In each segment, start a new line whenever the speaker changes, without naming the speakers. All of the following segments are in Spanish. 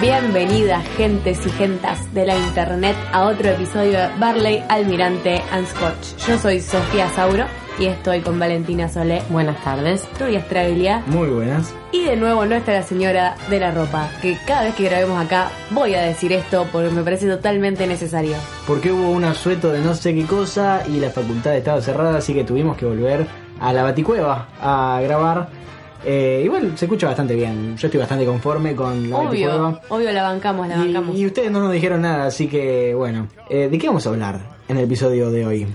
Bienvenidas, gentes y gentas de la internet, a otro episodio de Barley, Almirante and Scotch. Yo soy Sofía Sauro y estoy con Valentina Solé,
Buenas tardes.
Rubia Estrabilia
Muy buenas.
y de nuevo nuestra señora de la ropa, que cada vez que grabemos acá voy a decir esto porque me parece totalmente necesario.
Porque hubo un asueto de no sé qué cosa y la facultad estaba cerrada, así que tuvimos que volver a la Baticueva a grabar. Eh, igual se escucha bastante bien. Yo estoy bastante conforme con la
Obvio,
Baticueva.
obvio la bancamos, la bancamos.
Y, y ustedes no nos dijeron nada, así que bueno. Eh, ¿De qué vamos a hablar en el episodio de hoy?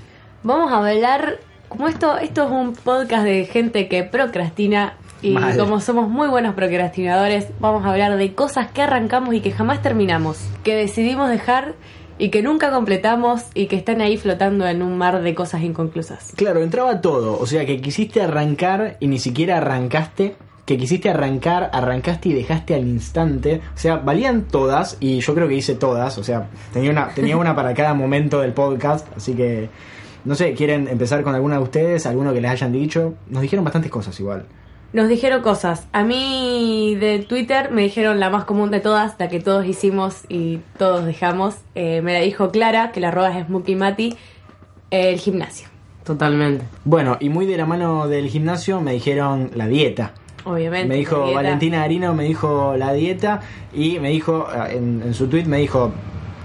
Vamos a hablar, como esto, esto es un podcast de gente que procrastina y
Mal.
como somos muy buenos procrastinadores, vamos a hablar de cosas que arrancamos y que jamás terminamos, que decidimos dejar y que nunca completamos y que están ahí flotando en un mar de cosas inconclusas.
Claro, entraba todo. O sea, que quisiste arrancar y ni siquiera arrancaste. Que quisiste arrancar, arrancaste y dejaste al instante. O sea, valían todas y yo creo que hice todas. O sea, tenía una, tenía una para cada momento del podcast. Así que, no sé, ¿quieren empezar con alguna de ustedes? ¿Alguno que les hayan dicho? Nos dijeron bastantes cosas igual.
Nos dijeron cosas. A mí de Twitter me dijeron la más común de todas, la que todos hicimos y todos dejamos. Eh, me la dijo Clara, que la arroba es Muki Mati, el gimnasio,
Totalmente.
Bueno, y muy de la mano del gimnasio me dijeron la dieta.
obviamente.
Me dijo
dieta.
Valentina Arino, me dijo la dieta y me dijo, eh, en, en su tweet me dijo,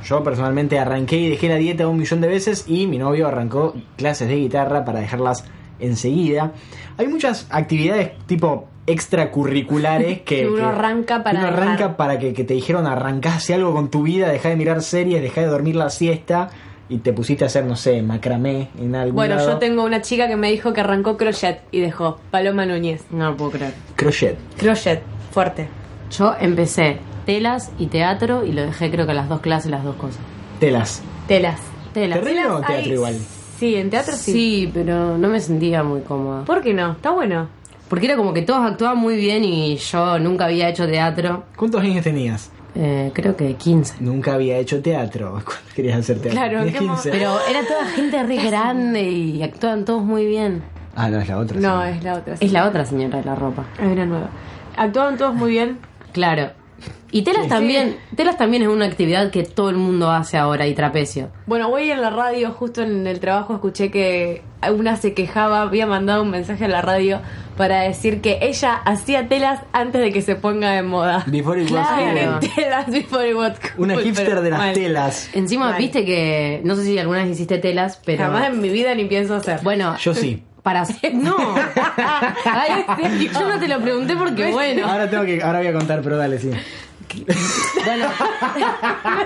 yo personalmente arranqué y dejé la dieta un millón de veces y mi novio arrancó clases de guitarra para dejarlas enseguida. Hay muchas actividades tipo extracurriculares que,
Que uno
que-
arranca para
que uno arranca
dejar.
para que, que te dijeron arrancaste algo con tu vida, dejá de mirar series, dejá de dormir la siesta y te pusiste a hacer, no sé, macramé en algún
Bueno,
lado.
yo tengo una chica que me dijo que arrancó crochet y dejó Paloma Núñez.
No lo puedo creer.
Crochet.
Crochet, fuerte.
Yo empecé telas y teatro y lo dejé creo que a las dos clases, las dos cosas.
Telas.
Telas.
Telas.
¿Terreno
Telas,
o teatro
ahí-
igual?
Sí, en teatro sí.
Sí, pero no me sentía muy cómoda.
¿Por qué no? Está bueno.
Porque era como que todos actuaban muy bien y yo nunca había hecho teatro.
¿Cuántos años tenías?
Eh, creo que 15.
Nunca había hecho teatro. ¿Cuándo querías hacer teatro?
Claro,
Tenías
¿qué mo-
15.
Pero era toda gente re grande y actuaban todos muy bien.
Ah, no, es la otra.
No,
sí.
es la otra. sí.
Es la otra señora de la ropa.
Hay una nueva. Actuaban todos muy bien.
Claro. Y telas también, telas también es una actividad que todo el mundo hace ahora y trapecio.
Bueno, hoy en la radio, justo en el trabajo, escuché que una se quejaba, había mandado un mensaje a la radio para decir que ella hacía telas antes de que se ponga de moda.
Before it was
Claro.
cool.
telas before it was cool,
Una hipster
pero
de las
mal.
telas.
Encima,
Mal.
viste que, no sé si alguna vez hiciste telas, pero...
Jamás en mi vida ni pienso hacer.
Bueno,
Yo sí.
para hacer- No. Ay, yo no te lo pregunté porque bueno.
Ahora tengo que, ahora voy a contar, pero dale, sí.
Bueno.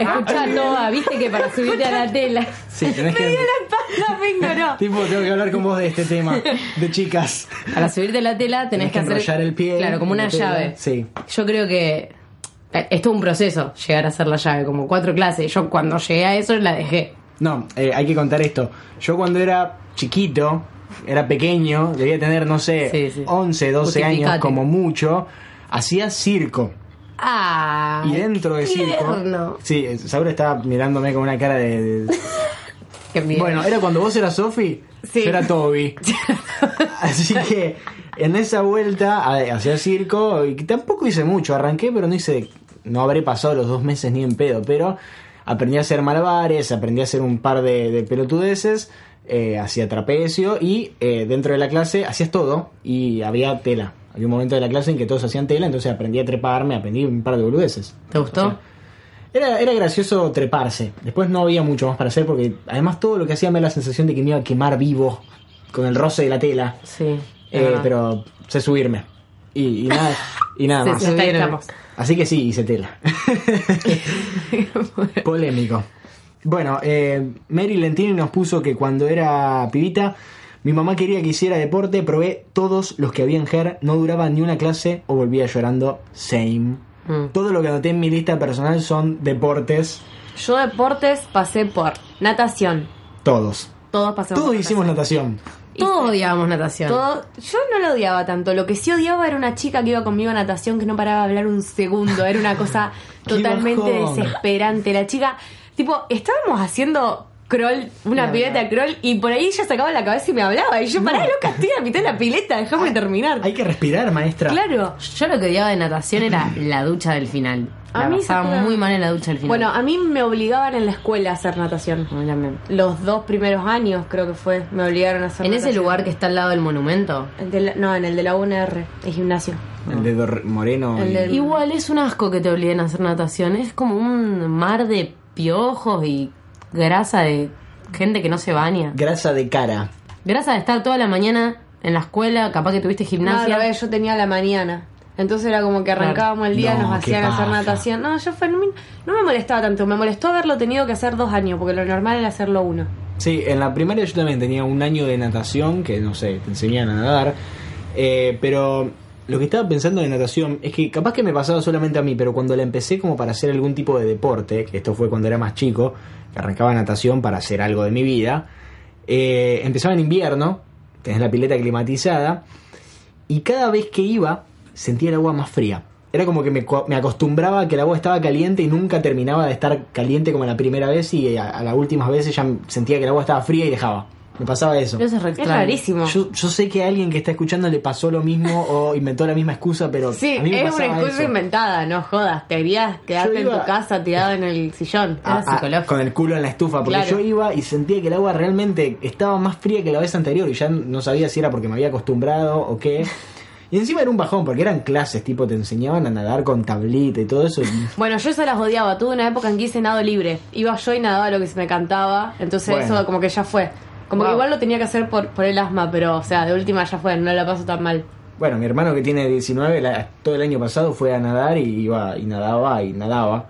Escuchá, Noa, viste que para subirte a la tela.
Sí, tenés
Me
que.
dio la espalda, me ignoró.
Tipo, tengo que hablar con vos de este tema. De chicas.
Para subirte a la tela
Tenés
tenés,
que
hacer
enrollar el pie
Claro, como
en la
una
tela.
llave.
Sí.
Yo creo que eh, es todo un proceso llegar a hacer la llave, como cuatro clases. Yo cuando llegué a eso la dejé.
No, eh, hay que contar esto. Yo cuando era chiquito, era pequeño, debía tener, no sé,
Sí, sí.
11, 12 años
Justificate.
como mucho, hacía circo.
Ah.
y dentro de
qué
circo.
tierno.
Sí, Saura estaba mirándome con una cara de- de
Qué bien.
Bueno, era cuando vos eras Sofi,
Sí.
yo era Toby. Así que en esa vuelta a- hacia el circo, y que tampoco hice mucho, arranqué, pero no hice, no habré pasado los dos meses ni en pedo, pero aprendí a hacer malabares, aprendí a hacer un par de, de pelotudeces, eh, hacía trapecio y eh, dentro de la clase hacías todo y había tela. Había un momento de la clase en que todos hacían tela, entonces aprendí a treparme, aprendí un par de boludeces.
¿Te gustó?
Era, era gracioso treparse. Después no había mucho más para hacer porque además todo lo que hacía me da la sensación de que me iba a quemar vivo con el roce de la tela.
Sí.
Eh, pero sé subirme. Y, y nada, y nada
Se
más.
subió.
Hasta ahí
subieron.
estamos.
Así que sí, hice tela. Polémico. Bueno, eh, Mary Lentini nos puso que cuando era pibita, mi mamá quería que hiciera deporte, probé todos los que había en GER, no duraba ni una clase o volvía llorando. Same.
Mm.
Todo lo que anoté en mi lista personal son deportes,
Yo deportes pasé por natación.
todos.
Todos pasamos.
Todos
por
hicimos natación.
Todos odiábamos natación.
Todo, yo no lo odiaba tanto. Lo que sí odiaba era una chica que iba conmigo a natación que no paraba de hablar un segundo. Era una cosa
Qué
totalmente
bajón.
desesperante. La chica, tipo, estábamos haciendo crawl, una pileta crawl, y por ahí ella sacaba la cabeza y me hablaba. Y yo, pará, loca, estoy a mitad de la pileta, déjame terminar.
Hay que respirar, maestra.
Claro.
Yo lo que odiaba de natación era la ducha del final.
A
La
mí se
pasaba
juega-
muy mal en la ducha del final.
Bueno, a mí me obligaban en la escuela a hacer natación.
A mí también.
Los dos primeros años, creo que fue, me obligaron a hacer
En ese
natación.
lugar que está al lado del monumento.
El de la- no, en el de la UNR, el gimnasio.
El dedo re- moreno.
El
y-
del-
Igual es un asco que te obliguen a hacer natación. Es como un mar de piojos y grasa de gente que no se baña.
Grasa de cara.
Grasa de estar toda la mañana en la escuela, capaz que tuviste
No,
gimnasia.
al revés, yo tenía la mañana. Entonces era como que arrancábamos el día,
No,
nos hacían
qué
hacer
paja.
natación. No, yo fue, no me molestaba tanto, me molestó haberlo tenido que hacer dos años, porque lo normal era hacerlo uno.
Sí, en la primaria yo también tenía un año de natación, que no sé, te enseñaban a nadar. Eh, pero lo que estaba pensando de natación es que capaz que me pasaba solamente a mí, pero cuando la empecé como para hacer algún tipo de deporte, que esto fue cuando era más chico, que arrancaba natación para hacer algo de mi vida, eh, empezaba en invierno, tenés la pileta climatizada, y cada vez que iba sentía el agua más fría. Era como que me, co- me acostumbraba a que el agua estaba caliente y nunca terminaba de estar caliente como la primera vez y a, a las últimas veces ya sentía que el agua estaba fría y dejaba. Me pasaba eso.
Pero eso es, re
Es
extraño.
rarísimo.
Yo, yo sé que a alguien que está escuchando le pasó lo mismo o inventó la misma excusa, pero
Sí,
a mí me
es una
pasaba
excusa
eso.
inventada, no jodas. Te querías quedarte en
iba-
tu casa tirado en el sillón.
A-
Era
a-
psicológico.
con el culo en la estufa, porque
Claro.
yo iba y sentía que el agua realmente estaba más fría que la vez anterior y ya no sabía si era porque me había acostumbrado o qué. Y encima era un bajón, porque eran clases, tipo, te enseñaban a nadar con tablita y todo eso. y-
Bueno, yo esas las odiaba. Tuve una época en que hice nado libre. Iba yo y nadaba lo que se me cantaba. Entonces
Bueno.
eso como que ya fue. Como que
Wow.
igual lo tenía que hacer por, por el asma, pero o sea, de última ya fue, no la paso tan mal.
Bueno, mi hermano que tiene 19, la- todo el año pasado fue a nadar y iba y nadaba y nadaba.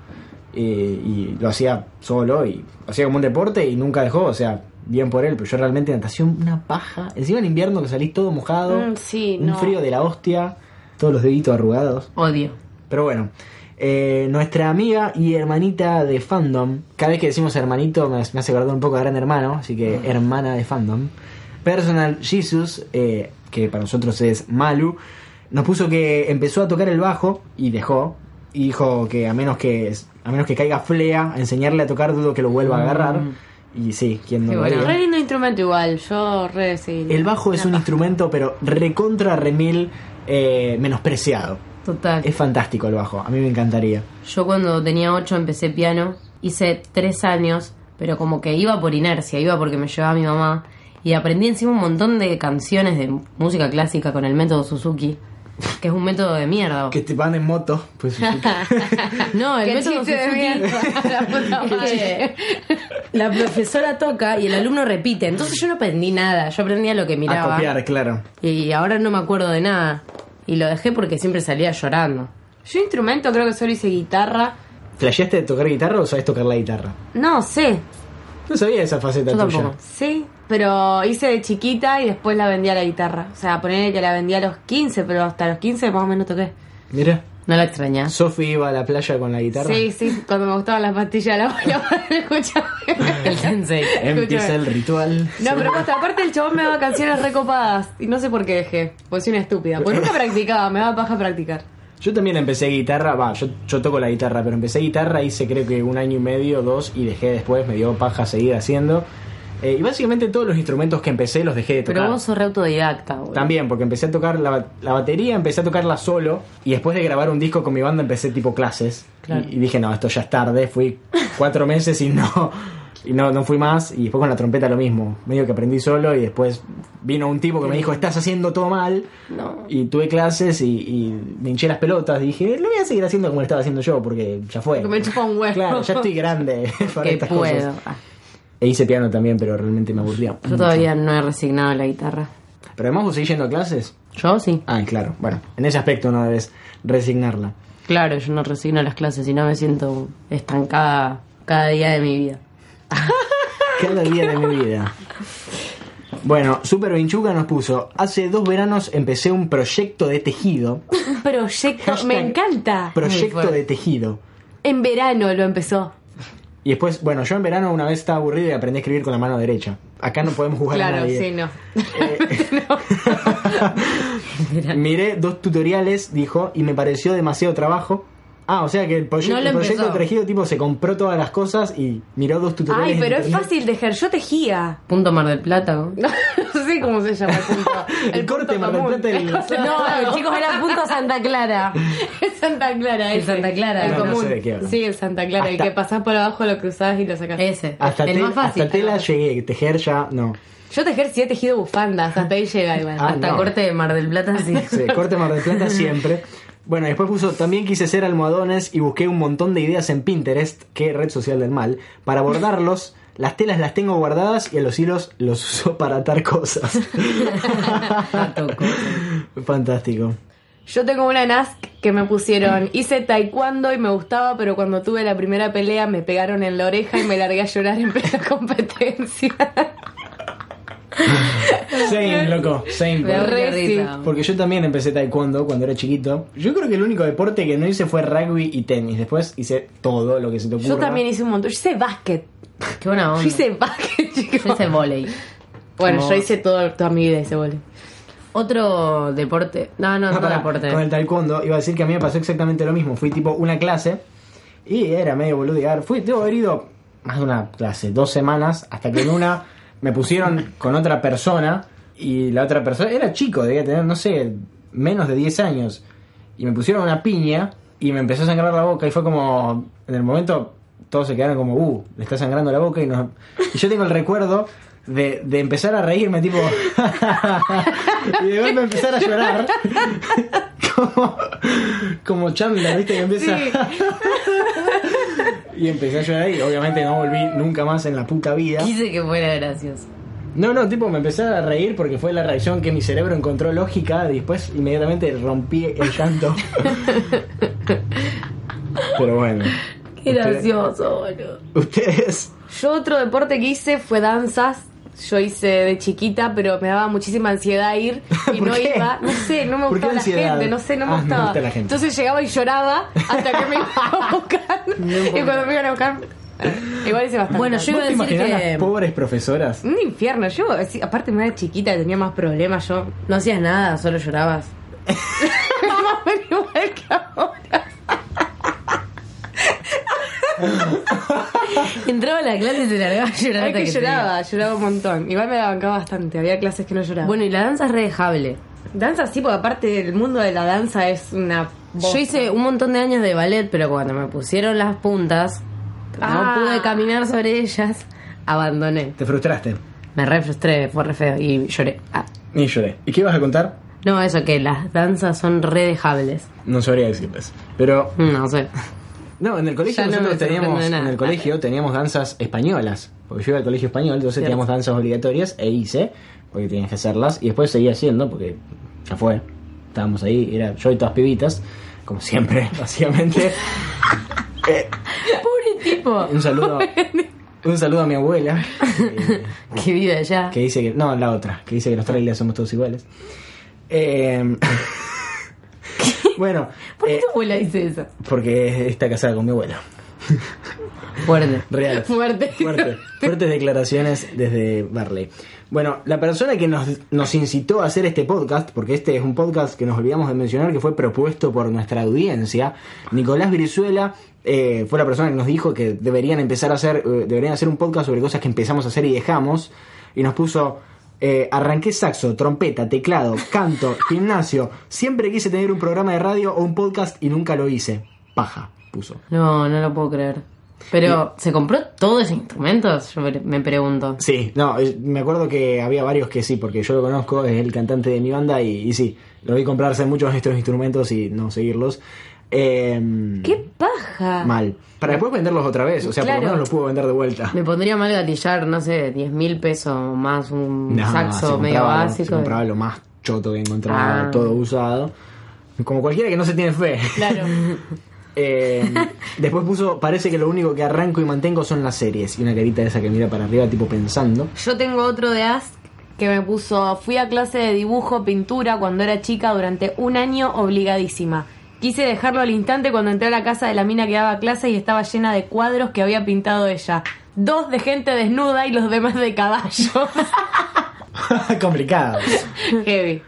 eh, y lo hacía solo y hacía como un deporte y nunca dejó, o sea, bien por él, pero yo realmente natación una paja. Encima en invierno que salís todo mojado,
Mm, sí,
un
no.
frío de la hostia, todos los deditos arrugados.
Odio.
Pero bueno, eh, nuestra amiga y hermanita de fandom, cada vez que decimos hermanito me, me hace acordar un poco a gran hermano, así
Ah.
que hermana de fandom, Personal Jesus, eh, que para nosotros es Malu, nos puso que empezó a tocar el bajo y dejó, y dijo que a menos que, a menos que caiga Flea a enseñarle a tocar, dudo que lo vuelva a agarrar. Y sí, quien no
Qué
lo
bueno.
haría?
Mm. Re lindo instrumento igual, yo re sí.
El bajo es un instrumento, pero recontra remil eh, menospreciado.
Total.
Es fantástico el bajo, a mí me encantaría.
Yo cuando tenía 8 empecé piano, hice 3 años, pero como que iba por inercia, iba porque me llevaba mi mamá. Y aprendí encima un montón de canciones de música clásica con el método Suzuki, que es un método de mierda.
Que te van en moto, pues
No, el
Qué
método
chiste de
Suzuki-
mierda, la puta
Es
madre.
que la profesora toca y el alumno repite. Entonces yo no aprendí nada, yo aprendía lo que
a
miraba.
copiar, claro.
Y ahora no me acuerdo de nada. Y lo dejé porque siempre salía llorando.
Yo instrumento creo que solo hice guitarra.
¿Flasheaste de tocar guitarra o sabes tocar la guitarra?
No, sé,
No sabía esa faceta
Yo
tuya.
tampoco.
sí, pero hice de chiquita y después la vendí a la guitarra. O sea, ponerle que la vendí a los 15, pero hasta los 15 más o menos toqué.
Mira,
¿No la extrañas?
Sofi iba a la playa con la guitarra.
Sí, sí, cuando me gustaban las pastillas de la abuela para escuchar.
El sensei.
Empieza
Escúchame.
el ritual.
No, pero posta, aparte el chabón me daba canciones recopadas y no sé por qué dejé, pues soy una estúpida, porque nunca practicaba, me daba paja practicar.
Yo también empecé guitarra, va, yo, yo toco la guitarra, pero empecé guitarra, hice creo que un año y medio, dos, y dejé después, me dio paja seguir haciendo. Eh, y básicamente todos los instrumentos que empecé los dejé de tocar.
Pero vos sos re autodidacta, boludo.
También, porque empecé a tocar la, la batería, empecé a tocarla solo y después de grabar un disco con mi banda empecé tipo clases.
Claro.
Y, y dije, no, esto ya es tarde, fui cuatro meses y no, Y no, no fui más, y después con la trompeta lo mismo. Medio que aprendí solo, y después vino un tipo que me dijo, estás haciendo todo mal.
No.
Y tuve clases y, y me hinché las pelotas. Y dije, lo voy a seguir haciendo como lo estaba haciendo yo, porque ya fue.
Porque me chupa un huevo.
Claro, ya estoy grande para
Que
estas
puedo.
cosas.
Ah,
E hice piano también, pero realmente me aburría.
yo todavía no he resignado la guitarra.
Pero además vos seguís yendo a clases.
Yo sí.
Ah, claro. Bueno, en ese aspecto no debes resignarla.
Claro, yo no resigno las clases y no me siento estancada cada día de mi vida.
Cada día de mi vida. Bueno, Super Vinchuca nos puso, hace dos veranos empecé un proyecto de tejido.
Proyecto, me
Hashtag
encanta.
Proyecto
Ah, fuerte.
de tejido.
En verano lo empezó.
Y después, bueno, yo en verano una vez estaba aburrido y aprendí a escribir con la mano derecha. Acá no podemos jugar a
Claro,
nadie.
sí, no.
Miré dos tutoriales, dijo, y me pareció demasiado trabajo. Ah, o sea que el, proye-
No lo
el proyecto de
empezó.
tejido tipo se compró todas las cosas y miró dos tutoriales.
Ay,
en
pero es
internet.
fácil tejer. Yo tejía.
Punto Mar del Plata. ¿no?
No, sé cómo se llama el punto.
El corte, Mar del
común.
Plata, el-
No,
No,
chicos,
chicos, era punto Santa Clara.
es Santa Clara.
El
ese.
Santa Clara.
El
No, no
común.
sé de qué hablan.
sí, el Santa Clara. El
Hasta-
que pasás por abajo, lo cruzás y lo sacás.
Ese.
Hasta,
el
tel-
más fácil.
hasta tela llegué, tejer ya no.
Yo tejer sí he tejido bufandas. Hasta ahí llega igual.
Ah,
Hasta
no.
corte de Mar del Plata, sí.
Sí, corte Mar del Plata siempre. Bueno, después puso, también quise ser almohadones y busqué un montón de ideas en Pinterest, que red social del mal, para bordarlos. Las telas las tengo guardadas y a los hilos los uso para atar cosas.
Tato, corte.
Fantástico.
Yo tengo una NASC que me pusieron, hice taekwondo y me gustaba, pero cuando tuve la primera pelea me pegaron en la oreja y me largué a llorar en plena competencia.
Same, loco. Same.
Me da
boludo.
mucha
Re, sí.
risa.
Porque yo también empecé taekwondo cuando era chiquito. Yo creo que el único deporte que no hice fue rugby y tenis. Después hice todo lo que se te ocurra.
Yo también hice un montón. Yo hice básquet.
Qué buena onda.
Yo hice básquet,
Yo
chicos.
hice volei.
Bueno, yo
Como-
hice todo, toda mi vida ese vole.
Otro deporte. No, no,
Ah,
no,
pará,
deporte.
Con el taekwondo, iba a decir que a mí me pasó exactamente lo mismo. Fui tipo una clase y era medio boludear. Fui, debo haber ido más de una clase, dos semanas, hasta que en una me pusieron con otra persona y la otra persona era chico, debía tener, no sé, menos de 10 años. Y me pusieron una piña y me empezó a sangrar la boca y fue como, en el momento todos se quedaron como, uh, le está sangrando la boca y no... Y yo tengo el recuerdo... De, de empezar a reírme, tipo. y de verme empezar a llorar como, como Chandler, ¿viste? Que empieza. y empecé a llorar y obviamente no volví nunca más en la puta vida.
Quise que fuera gracioso.
No, no, tipo, me empecé a reír porque fue la reacción que mi cerebro encontró lógica. y Después inmediatamente rompí el canto. Pero bueno.
Qué gracioso, boludo.
Ustedes.
Yo otro deporte que hice fue danzas. Yo hice de chiquita, pero me daba muchísima ansiedad ir y
¿Por
no
qué?
iba. No sé, no me
¿Por qué
gustaba la
ansiedad?
gente, no sé, no me
Ah, no
gustaba.
gusta la gente.
Entonces llegaba y lloraba hasta que me iban a buscar. y cuando me iban a buscar, igual hice bastante.
Bueno, yo
¿Vos
iba a
te
decir
imaginás
que.
las pobres profesoras?
un infierno, yo sí, aparte me era chiquita, tenía más problemas yo.
No hacías nada, solo llorabas.
Más o menos igual que ahora.
Entraba a la clase y se largaba a llorar.
Ay,
hasta
que
se iba.
lloraba, lloraba un montón. Igual me la bancaba bastante, había clases que no lloraba.
Bueno, y la danza es re dejable.
Danza sí, porque aparte el mundo de la danza es una...
Yo hice un montón de años de ballet, pero cuando me pusieron las puntas,
Ah.
no pude caminar sobre ellas, abandoné.
Te frustraste.
Me re frustré, fue re feo y lloré. Ah.
Y lloré. ¿Y qué ibas a contar?
No, eso que las danzas son re dejables.
No sabría decirles. Pero
No sé.
No, en el colegio
Ya no me
nosotros
sorprende
teníamos,
nada.
en el colegio teníamos danzas españolas, porque yo iba al colegio español, entonces
Cierto.
teníamos danzas obligatorias e hice, porque tenías que hacerlas, y después seguía haciendo, porque ya fue, estábamos ahí, era yo y todas pibitas, como siempre, básicamente. Eh,
Pobre tipo.
un saludo, un saludo a mi abuela, eh,
Que vive allá.
que dice que, no, la otra, que dice que los trailers somos todos iguales. Eh, bueno,
¿Por qué
eh,
tu abuela dice eso?
porque está casada con mi abuelo,
Fuerte.
real.
Muerte.
Fuerte, fuertes declaraciones desde Barley. Bueno, la persona que nos, nos incitó a hacer este podcast, porque este es un podcast que nos olvidamos de mencionar, que fue propuesto por nuestra audiencia, Nicolás Brizuela, eh, fue la persona que nos dijo que deberían empezar a hacer, eh, deberían hacer un podcast sobre cosas que empezamos a hacer y dejamos, y nos puso... eh, arranqué saxo, trompeta, teclado, canto, gimnasio. Siempre quise tener un programa de radio o un podcast y nunca lo hice. Paja, puso.
No, no lo puedo creer. Pero, ¿se compró todos esos instrumentos? Yo me- me pregunto.
Sí, no, es- me acuerdo que había varios que sí, porque yo lo conozco, es el cantante de mi banda y, y sí, lo vi comprarse muchos de estos instrumentos y no seguirlos. Em,
¡Qué paja!
Mal. Para después venderlos otra vez, o sea, por
Claro.
lo menos los puedo vender de vuelta.
Me pondría mal gatillar, no sé, 10 mil pesos más un
No,
saxo
se
medio
compraba lo- se
básico.
compraba lo más choto que encontraba,
Ah.
todo usado. Como cualquiera que no se tiene fe.
Claro.
Eh, después puso, parece que lo único que arranco y mantengo son las series. Y una carita esa que mira para arriba, tipo pensando.
Yo tengo otro de Ask que me puso, fui a clase de dibujo, pintura cuando era chica durante un año obligadísima. Quise dejarlo al instante cuando entré a la casa de la mina que daba clase y estaba llena de cuadros que había pintado ella. Dos de gente desnuda y los demás de caballo.
Complicado.
Heavy.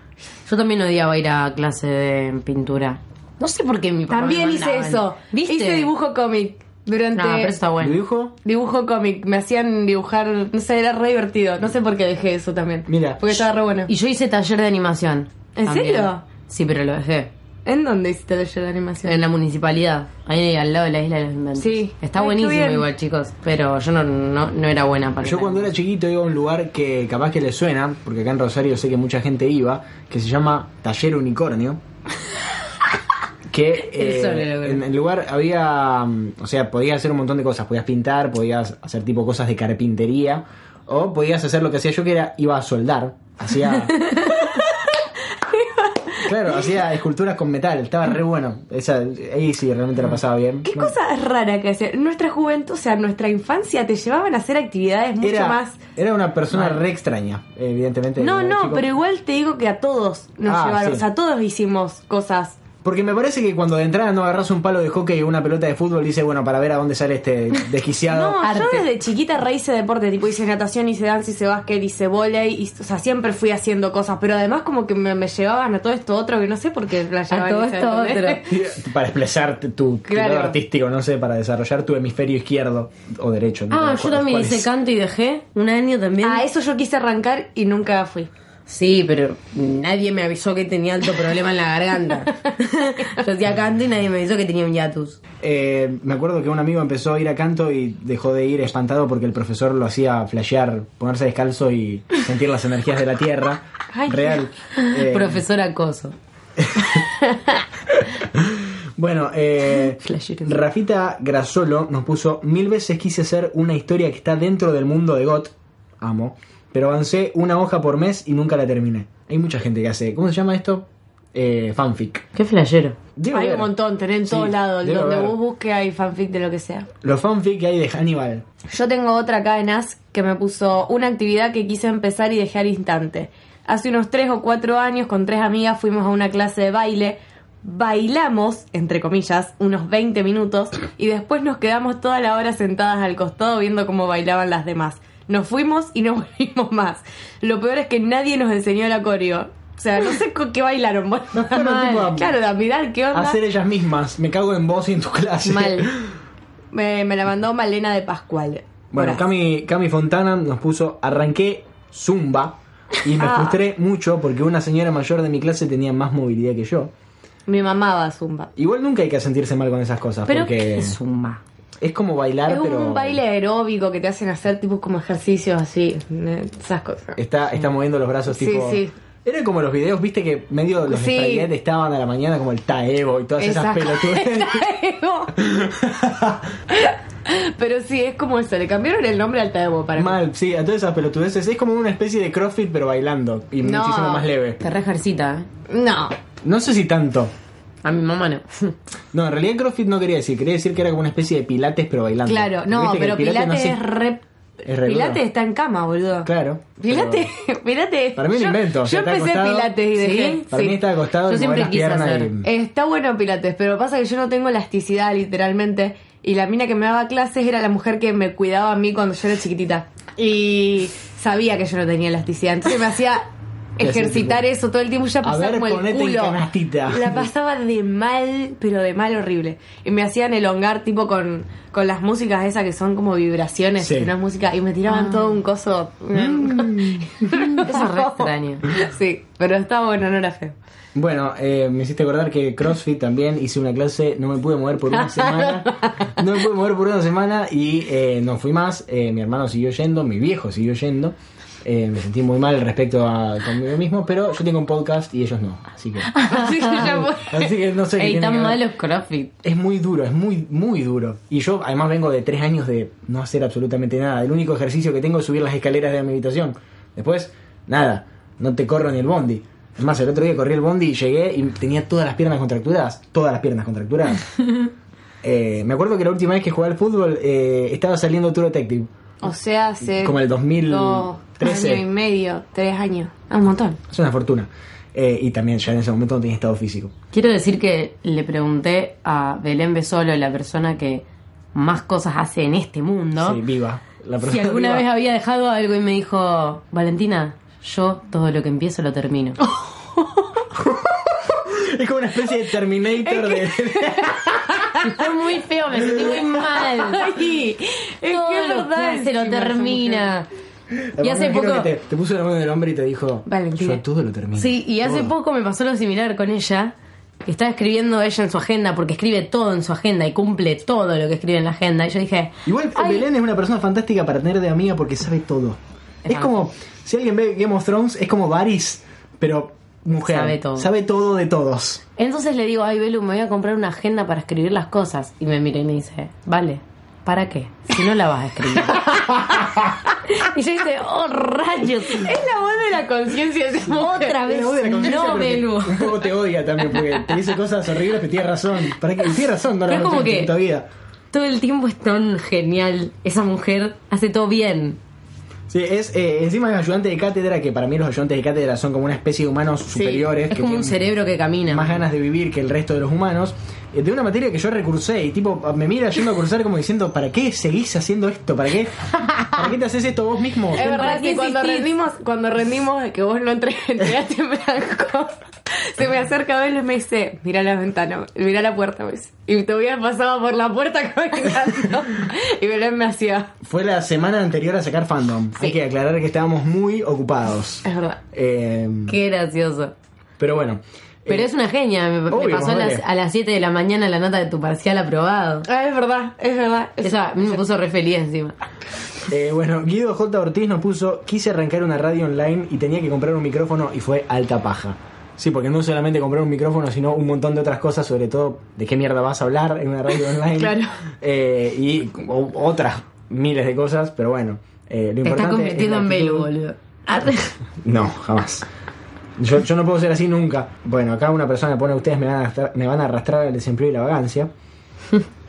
Yo también odiaba ir a clase de pintura. No sé por qué mi papá me
También hice
mandaban.
eso.
¿Viste?
Hice dibujo cómic durante...
No, pero está
¿Lo
bueno.
dibujo?
Dibujo cómic, me hacían dibujar, no sé, era re divertido. No sé por qué dejé eso también.
Mira.
Porque estaba re bueno.
Y yo hice taller de animación.
¿En serio?
Sí, pero lo dejé.
¿En dónde hiciste taller de animación?
En la municipalidad, ahí al lado de la isla de los inventos.
Sí.
Está
Ay, qué
buenísimo
bien.
igual, chicos. Pero yo no, no, no era buena para
Yo
nada.
cuando era chiquito iba a un lugar que capaz que le suena, porque acá en Rosario sé que mucha gente iba, que se llama Taller Unicornio. Que eh,
Eso le logré.
en el lugar había, mm, o sea, podías hacer un montón de cosas, podías pintar, podías hacer tipo cosas de carpintería, o podías hacer lo que hacía yo que era, iba a soldar, hacía... claro, hacía esculturas con metal, estaba re bueno, Esa, ahí sí, realmente la pasaba bien.
¿Qué
No-
cosa rara que hacer? Nuestra juventud, o sea, nuestra infancia te llevaban a hacer actividades mucho
Era,
más.
era una persona re extraña, evidentemente.
No,
era
no,
chico.
pero igual te digo que a todos nos
Ah,
llevaron,
sí.
o sea, todos hicimos cosas.
Porque me parece que cuando de entrada no agarras un palo de hockey o una pelota de fútbol, dice, bueno, para ver a dónde sale este desquiciado.
No, yo desde chiquita re hice deporte, tipo hice natación, hice danza, hice básquet, hice volei, hice- o sea, siempre fui haciendo cosas, pero además como que me, me llevaban a todo esto otro que no sé por qué la llevaban.
todo
esa,
esto
¿entendés?
otro.
Para expresarte tu
Claro.
lado artístico, no sé, para desarrollar tu hemisferio izquierdo o derecho. no
Ah,
recuerdo
yo también
cuál
hice
es.
canto y dejé un año también.
A Ah, eso yo quise arrancar y nunca fui.
Sí, pero nadie me avisó que tenía alto problema en la garganta. Yo hacía canto y nadie me avisó que tenía un hiatus.
Eh, me acuerdo que un amigo empezó a ir a canto y dejó de ir espantado porque el profesor lo hacía flashear, ponerse descalzo y sentir las energías de la tierra.
Ay,
Real. Eh,
Profesor acoso.
Bueno, eh,
Flashero.
Rafita Grasolo nos puso mil veces quise hacer una historia que está dentro del mundo de GOT, amo, pero avancé una hoja por mes y nunca la terminé. Hay mucha gente que hace, ¿cómo se llama esto? Eh, fanfic.
Qué flashero.
Debe
hay
haber.
un montón, tenés en
Sí,
todos lados,
debe
donde
haber.
vos busques hay fanfic de lo que sea.
Los fanfic que hay de Hannibal.
Yo tengo otra acá en Ask que me puso una actividad que quise empezar y dejé al instante. Hace unos tres o cuatro años con tres amigas fuimos a una clase de baile, bailamos, entre comillas, unos 20 minutos y después nos quedamos toda la hora sentadas al costado viendo cómo bailaban las demás. Nos fuimos y no volvimos más. Lo peor es que nadie nos enseñó la coreo. O sea, no sé con qué bailaron. boludo.
No fueron tipo a-
claro, a mirar qué onda.
Hacer ellas mismas. Me cago en vos y en tu clase.
Mal. Me, me la mandó Malena de Pascual.
Bueno,
Horas.
Cami, Cami Fontana nos puso, arranqué Zumba y me
Ah.
frustré mucho porque una señora mayor de mi clase tenía más movilidad que yo.
Mi mamá va a Zumba.
Igual nunca hay que sentirse mal con esas cosas
Pero
porque
qué zumba.
es como bailar,
Es
pero
un baile aeróbico que te hacen hacer tipo como ejercicios así, eh, esas cosas.
está está moviendo los brazos
Sí,
tipo
sí.
Era como los videos, viste que medio los de
Sí.
Sprite Net estaban a la mañana como el taebo y todas esas
Esas
pelotudes.
Pero sí, es como eso, le cambiaron el nombre al Taibo para mí.
Mal, sí, a todas esas pelotudeces. Es como una especie de crossfit pero bailando y
No.
muchísimo más leve.
Te re ejercita, ¿eh?
No.
No sé si tanto.
A mi mamá no.
No, en realidad el crossfit no quería decir, quería decir que era como una especie de pilates pero bailando.
Claro, no,
Viste que
pero
el
Pilates,
no
es
se-
re.
es re
Pilates
duro.
está en cama, boludo.
Claro.
Pilates,
pero
Pilates.
Para mí lo
yo-
invento, o
Yo
sea, está
empecé
acostado.
Pilates y
Sí,
dejé.
Para
sí.
mí está acostado
Yo
y mover
siempre
las
quise
piernas
hacer.
y...
Está bueno Pilates, pero pasa que yo no tengo elasticidad literalmente. Y la mina que me daba clases era la mujer que me cuidaba a mí cuando yo era chiquitita. Y sabía que yo no tenía elasticidad. Entonces me hacía
¿Qué hacía,
ejercitar
tipo?
eso todo el tiempo. Ya
A
pasaba
ver,
como el
ponete en
culo.
canastita.
La pasaba de mal, pero de mal horrible. Y me hacían elongar tipo con, con las músicas esas que son como vibraciones,
Sí. Mm.
que no es música, y me tiraban todo un coso.
Ah. Eso es re extraño.
sí, pero estaba bueno, no era feo.
Bueno, eh, me hiciste acordar que CrossFit también hice una clase, no me pude mover por una semana, no me pude mover por una semana y eh, no fui más, eh, mi hermano siguió yendo, mi viejo siguió yendo, eh, me sentí muy mal respecto a conmigo mismo, pero yo tengo un podcast y ellos no, así que,
Así que ya fue.
así que no sé qué
Ey,
tiene
tan
que ver.
malos CrossFit.
Es muy duro, es muy, muy duro. Y yo además vengo de tres años de no hacer absolutamente nada. El único ejercicio que tengo es subir las escaleras de mi habitación. Después, nada, no te corro ni el bondi. Es más, el otro día corrí el bondi y llegué y tenía todas las piernas contracturadas. Todas las piernas contracturadas. Eh, me acuerdo que la última vez que jugué al fútbol eh, estaba saliendo Tour Detective.
O sea, hace.
Como el 2013.
dos años y medio, tres años. Ah, un montón.
Es una fortuna. Eh, y también ya en ese momento no tenía estado físico.
Quiero decir que le pregunté a Belén Besolo, la persona que más cosas hace en este mundo,
Sí, viva. La
si
persona
alguna
viva.
vez había dejado algo y me dijo, Valentina, yo todo lo que empiezo lo termino.
Es como una especie de Terminator de...
Y fue muy feo, me sentí muy mal.
Ay, es
todo
que es
lo que
verdad.
hace
encima,
lo
esa mujer.
termina. Y hace
Además, me
poco...
imagino que Te, te puso la mano en el hombre y te dijo.
Valentina.
Yo todo lo termino.
Sí, y hace
Todo.
poco me pasó lo similar con ella. que Estaba escribiendo ella en su agenda, porque escribe todo en su agenda y cumple todo lo que escribe en la agenda. Y yo dije,
Igual
"Ay,
Belén es una persona fantástica para tener de amiga porque sabe todo. Es como. Si alguien ve Game of Thrones, es como Varys, pero mujer.
Sabe todo.
Sabe todo de todos.
Entonces le digo, ay, Belu, me voy a comprar una agenda para escribir las cosas. Y me mira y me dice, vale, ¿para qué? Si no la vas a escribir. y yo dije, oh, rayos.
Es la voz de la conciencia de esa mujer.
Otra vez,
Una voz de la conciencia,
no,
pero que
Belu.
Un poco te odia también porque te dice cosas horribles, pero tiene razón. ¿Para qué? Tiene razón, no la
Pero es como
conoces en
que-
tu vida.
Todo el tiempo es tan genial. Esa mujer hace todo bien.
Sí, es, eh, encima es ayudante de cátedra, que para mí los ayudantes de cátedra son como una especie de humanos superiores.
es
que
como un
tienen-
cerebro que camina.
más ganas de vivir que el resto de los humanos, eh, de una materia que yo recursé y tipo me mira yendo a cursar como diciendo, ¿para qué seguís haciendo esto? ¿Para qué? ¿Para qué te haces esto vos mismo?
Es
¿Para
verdad
qué
que cuando
insistís?
rendimos, cuando rendimos, que vos no entre- entregaste en blanco, se me acerca Belu y me dice, mira la ventana, mira la puerta, me dice. Y todavía pasaba por la puerta caminando. y Belén me hacía,
Fue la semana anterior a sacar fandom. Hay que aclarar que estábamos muy ocupados.
es verdad.
Eh,
Qué gracioso.
pero bueno.
Pero
Eh,
es una genia. Me, me
obvio,
pasó a las,
madre.
a las 7 de la mañana la nota de tu parcial aprobado.
Ah, es verdad, es verdad. Es-
Esa a mí me puso re feliz encima.
eh, bueno, Guido J. Ortiz nos puso, quise arrancar una radio online y tenía que comprar un micrófono y fue alta paja. Sí, porque no solamente comprar un micrófono, sino un montón de otras cosas, sobre todo de qué mierda vas a hablar en una radio online.
Claro.
Eh, y o- otras miles de cosas, pero bueno. eh, lo
Te estás
importante es
convirtiendo
la
en Belu,
actitud.
boludo. Arre.
No, jamás. Yo, yo no puedo ser así nunca. Bueno, acá una persona pone, ustedes me van a arrastrar, me van a arrastrar al desempleo y la vagancia.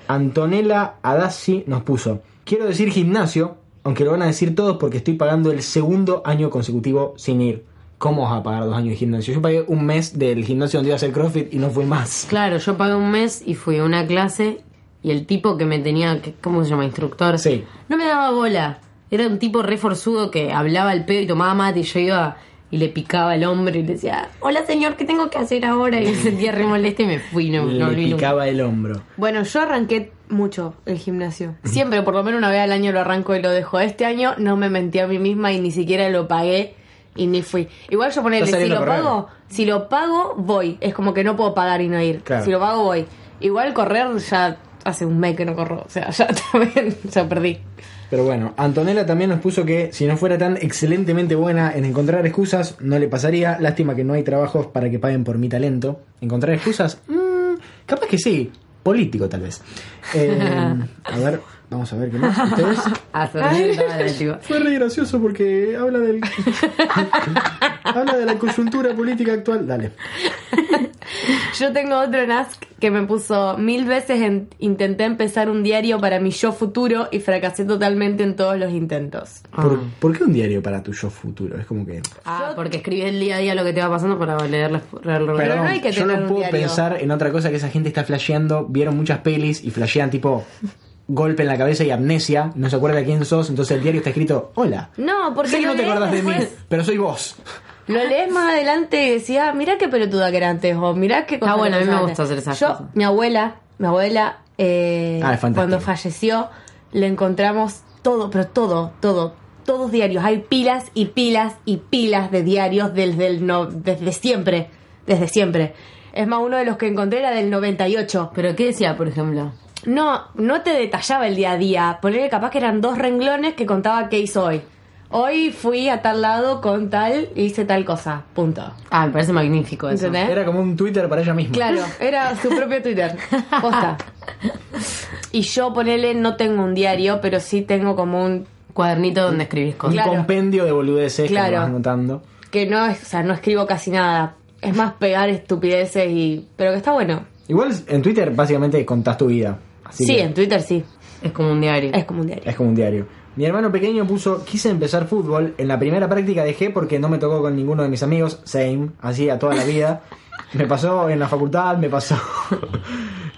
Antonella Adassi nos puso, quiero decir gimnasio, aunque lo van a decir todos porque estoy pagando el segundo año consecutivo sin ir. ¿Cómo vas a pagar dos años de gimnasio? Yo pagué un mes del gimnasio donde iba a hacer CrossFit y no fui más.
Claro, yo pagué un mes y fui a una clase y el tipo que me tenía, que- ¿cómo se llama? Instructor.
Sí.
No me daba bola. Era un tipo reforzudo que hablaba al pedo y tomaba mate y yo iba y le picaba el hombro y le decía, hola señor, ¿qué tengo que hacer ahora? Y me sentía re molesta y me fui, no, no
Le
volví nunca.
picaba el hombro.
Bueno, yo arranqué mucho el gimnasio. Siempre, por lo menos una vez al año lo arranco y lo dejo. Este año no me mentí a mí misma y ni siquiera lo pagué y ni fui. Igual yo ponerle,
Estás
si
saliendo
lo
a correr.
pago, si lo pago, voy. Es como que no puedo pagar y no ir.
Claro.
Si lo pago, voy. Igual correr ya hace un mes que no corro. O sea, ya también, ya perdí.
Pero bueno, Antonella también nos puso que si no fuera tan excelentemente buena en encontrar excusas, no le pasaría. Lástima que no hay trabajos para que paguen por mi talento. ¿Encontrar excusas? Mm, capaz que sí. Político, tal vez. Eh, a ver, vamos a ver qué más. ¿Ustedes?
Ah, se reía el tipo.
Fue re gracioso porque habla del. habla de la coyuntura política actual. Dale.
Yo tengo otro en Ask que me puso mil veces en- intenté empezar un diario para mi yo futuro y fracasé totalmente en todos los intentos.
¿Por,
Ah.
por qué un diario para tu yo futuro? Es como que.
Ah, porque escribes el día a día lo que te va pasando para leer las...
Pero no hay que
yo
tener
no
un
puedo
diario.
pensar en otra cosa que esa gente está flasheando. Vieron muchas pelis y flashean tipo golpe en la cabeza y amnesia. No se acuerda quién sos, entonces el diario está escrito, hola.
No, porque
sé que
lo
no te
lees
acordás de mí,
después.
pero soy vos.
Lo
Ah.
lees más adelante y decía, mirá qué pelotuda que era antes, o mirá qué cosa.
Ah, bueno,
que
a mí me
pasaba
gusta
antes".
hacer esas
Yo,
cosas.
mi abuela, mi abuela, eh,
Ah, es fantástico.
cuando falleció, le encontramos todo, pero todo, todo, todos diarios. Hay pilas y pilas y pilas de diarios desde, el no, desde siempre, desde siempre. Es más, uno de los que encontré era del 98.
¿Pero qué decía, por ejemplo?
No, no te detallaba el día a día. Ponerle capaz que eran dos renglones que contaba qué hizo hoy. Hoy fui a tal lado con tal y hice tal cosa. Punto.
Ah, me parece magnífico eso.
¿Entendés?
Era como un Twitter para ella misma.
¿Eh? Claro, era su propio Twitter. Posta. Y yo, ponele, no tengo un diario, pero sí tengo como un.
Cuadernito donde escribís
Un
cosas.
Claro.
compendio de boludeces que
Claro.
vas anotando.
que no es. O sea, no escribo casi nada. Es más pegar estupideces y. Pero que está bueno.
Igual en Twitter básicamente contás tu vida. Así
Sí,
que
en Twitter sí.
Es como un diario.
Es como un diario.
es como un diario. Mi hermano pequeño puso, quise empezar fútbol, en la primera práctica dejé porque no me tocó con ninguno de mis amigos, same, así a toda la vida. Me pasó en la facultad, me pasó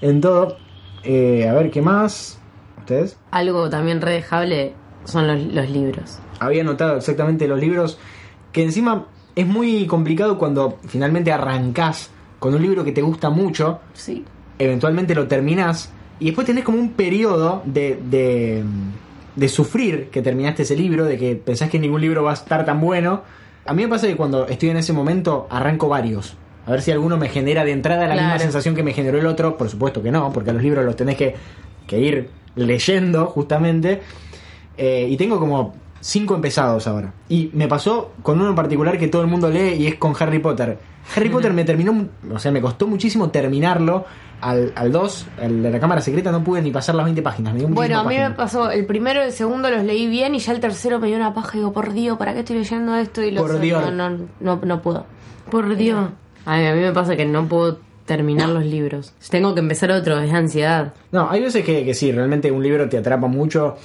en todo. Eh, a ver, ¿qué más? ¿Ustedes?
Algo también redejable son los, los libros.
había notado exactamente los libros que encima es muy complicado cuando finalmente arrancás con un libro que te gusta mucho,
Sí.
eventualmente lo terminás y después tenés como un periodo de, de, de sufrir que terminaste ese libro, de que pensás que ningún libro va a estar tan bueno. A mí me pasa que cuando estoy en ese momento arranco varios. A ver si alguno me genera de entrada la misma
Claro.
sensación que me generó el otro. Por supuesto que no, porque a los libros los tenés que, que ir leyendo justamente. Eh, y tengo como cinco empezados ahora. Y me pasó con uno en particular que todo el mundo lee y es con Harry Potter. Harry Potter me terminó, mu- o sea, me costó muchísimo terminarlo. Al, al 2, el de la cámara secreta, no pude ni pasar las 20 páginas. Me dio
Bueno, a mí
muchísimas
me
páginas.
pasó, el primero y el segundo los leí bien y ya el tercero me dio una paja y digo, por Dios, ¿para qué estoy leyendo esto? Y los
Por Dios.
No, no, no, no puedo.
Por Dios. A mí, a mí me pasa que no puedo terminar los libros. Tengo que empezar otro, es ansiedad.
No, hay veces que, que sí, realmente un libro te atrapa mucho.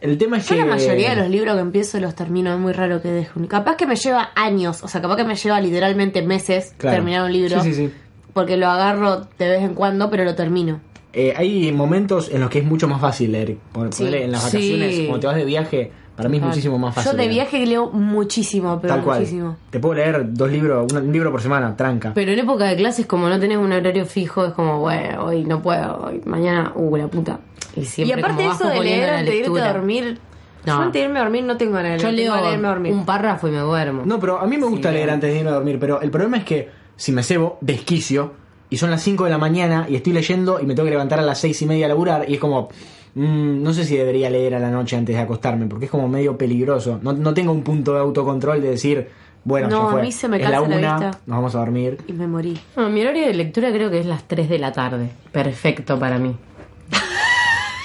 El tema es
Yo
que.
la mayoría de los libros que empiezo los termino, es muy raro que deje un... Capaz que me lleva años, o sea, capaz que me lleva literalmente meses
Claro.
terminar un libro.
Sí, sí, sí.
Porque lo agarro de vez en cuando, pero lo termino.
Eh, hay momentos en los que es mucho más fácil leer. Por,
Sí.
ponele, en las
Sí.
vacaciones, cuando te vas de viaje, para mí es
Total.
muchísimo más fácil.
Yo de
leer.
viaje leo muchísimo, pero
Tal cual.
muchísimo.
Te puedo leer dos libros, un, un libro por semana, tranca.
Pero en época de clases, como no tenés un horario fijo, es como, bueno, hoy no puedo, hoy mañana, uh, la puta. Y,
y
siempre
aparte
como vas
eso de
posponiendo
leer
la
antes de irte
lectura.
a dormir...
No.
Yo antes de irme a dormir no tengo ganas de
Yo
leer, tengo ganas de irme a dormir.
leo un párrafo y me duermo.
No, pero a mí me gusta
Sí.
leer antes de irme a dormir, pero el problema es que si me cebo, desquicio, y son las 5 de la mañana y estoy leyendo y me tengo que levantar a las 6 y media a laburar, y es como, mm, no sé si debería leer a la noche antes de acostarme, porque es como medio peligroso. No, no tengo un punto de autocontrol de decir, bueno,
No,
ya fue,
a mí se me
es la
cansa la
una,
vista.
nos vamos a dormir.
Y me morí.
No, mi horario de lectura creo que es las 3 de la tarde. Perfecto para mí.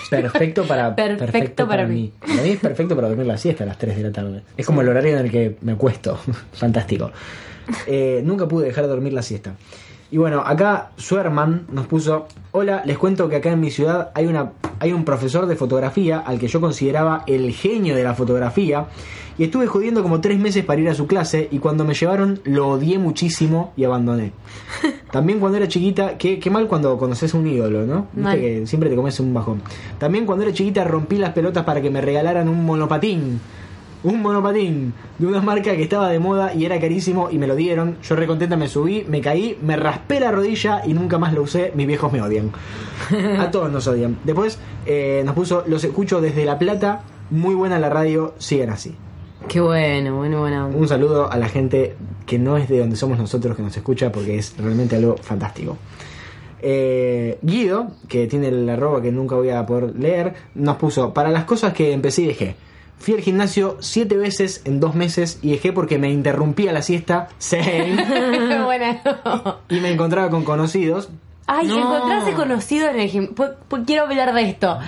Perfecto para,
Perfecto para mí.
Para mí es perfecto para dormir la siesta a las 3 de la tarde. Es como el horario en el que me acuesto. Fantástico. Eh, nunca pude dejar de dormir la siesta. Y bueno, acá Suerman nos puso, hola, les cuento que acá en mi ciudad hay, una, hay un profesor de fotografía al que yo consideraba el genio de la fotografía y estuve jodiendo como tres meses para ir a su clase y cuando me llevaron lo odié muchísimo y abandoné. También cuando era chiquita, qué, qué mal cuando conoces a un ídolo, ¿no? Viste
Mal.
que siempre te comes un bajón. También cuando era chiquita rompí las pelotas para que me regalaran un monopatín. Un monopatín de una marca que estaba de moda y era carísimo y me lo dieron. Yo recontenta me subí, me caí, me raspé la rodilla y nunca más lo usé. Mis viejos me odian. A todos nos odian. Después eh, nos puso, los escucho desde La Plata. Muy buena la radio, sigan así.
Qué bueno, bueno, bueno.
Un saludo a la gente que no es de donde somos nosotros que nos escucha porque es realmente algo fantástico. Eh, Guido, que tiene el arroba que nunca voy a poder leer, nos puso, para las cosas que empecé y dejé. Fui al gimnasio siete veces en dos meses y dejé porque me interrumpía la siesta same,
bueno.
y me encontraba con conocidos.
Ay,
No.
encontrarse conocido en el gimnasio. Quiero hablar de esto.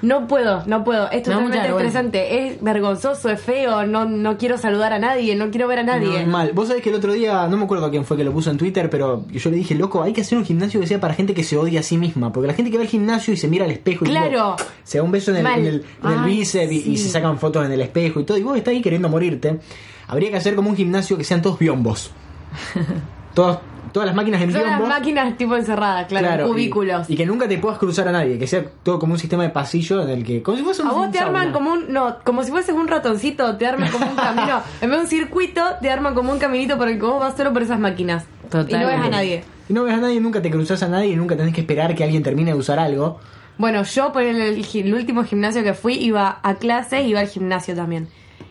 No puedo, no puedo. Es
Me da
totalmente
mucha vergüenza.
estresante. Es vergonzoso, es feo. No, no quiero saludar a nadie, no quiero ver a nadie.
Mal. Vos sabés que el otro día, no me acuerdo quién fue que lo puso en Twitter, pero yo le dije, loco, hay que hacer un gimnasio que sea para gente que se odia a sí misma. Porque la gente que va al gimnasio y se mira al espejo y
Claro.
tipo, se da un beso en el,
Mal.
en el, en el
Ay,
bíceps y- y, se sacan fotos en el espejo y todo, y vos estás ahí queriendo morirte. Habría que hacer como un gimnasio que sean todos biombos. todos todas las máquinas en
Son las
biombo.
máquinas tipo encerradas, claro, en
y-
cubículos.
Y, que nunca te puedas cruzar a nadie, que sea todo como un sistema de pasillo en el que. Como si fuese un
a vos te
un
arman
sauna.
como un. No, como si fueses un ratoncito, te arman como un camino. En vez de un circuito, te arman como un caminito por el que vos vas solo por esas máquinas. Y no ves a
Totalmente.
nadie.
Y no ves a nadie, nunca te cruzas a nadie y nunca tenés que esperar que alguien termine de usar algo.
Bueno, yo por el, el gi- el último gimnasio que fui iba a clases, iba al gimnasio también.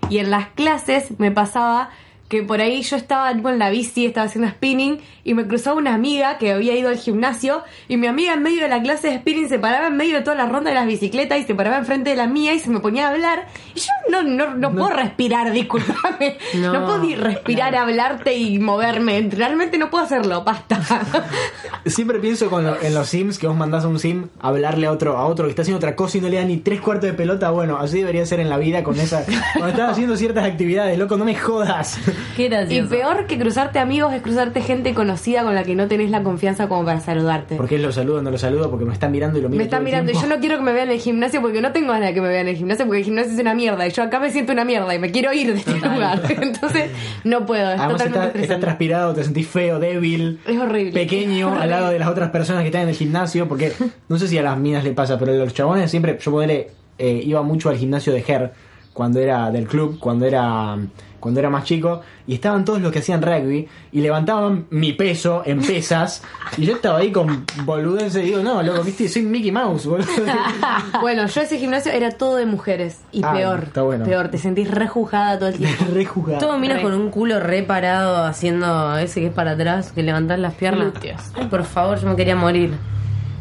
Y en las clases me pasaba que por ahí yo estaba tipo, en la bici, estaba haciendo spinning y me cruzaba una amiga que había ido al gimnasio y mi amiga en medio de la clase de spinning se paraba en medio de toda la ronda de las bicicletas y se paraba enfrente de la mía y se me ponía a hablar. Y yo no, no, no puedo respirar, discúlpame. No,
No.
puedo ni respirar, hablarte y moverme. Realmente no puedo hacerlo, basta.
Siempre pienso con lo- en los sims que vos mandás a un sim a hablarle a otro, a otro que está haciendo otra cosa y no le da ni tres cuartos de pelota. Bueno, así debería ser en la vida con esa. Cuando estás haciendo ciertas actividades, loco, no me jodas.
Qué
Y
gracioso.
peor que cruzarte amigos es cruzarte gente conocida con la que no tenés la confianza como para saludarte.
Porque lo saludo, no lo saludo, porque me están mirando y lo miro.
me están
todo el
mirando y yo
tiempo.
no quiero que me vean en el gimnasio porque no tengo ganas de que me vean en el gimnasio porque el gimnasio es una mierda y yo acá me siento una mierda y me quiero ir de este lugar. Entonces no puedo, es
Además, estás,
totalmente
estás
estresante.
transpirado, te sentís feo, débil.
Es horrible.
pequeño al lado de las otras personas que están en el gimnasio, porque no sé si a las minas le pasa, pero los chabones siempre, yo ponele, eh, iba mucho al gimnasio de Her cuando era del club, cuando era cuando era más chico, y estaban todos los que hacían rugby y levantaban mi peso en pesas, y yo estaba ahí con boludense y digo, no, loco, viste, soy Mickey Mouse, boludo.
Bueno, yo ese gimnasio era todo de mujeres y
Ah,
peor,
está bueno.
peor, te sentís rejujada todo el tiempo.
Rejugado.
Todo minas
Re.
con un culo reparado haciendo ese que es para atrás, que levantás las piernas.
Glúteos.
Ay, por favor, yo me quería morir.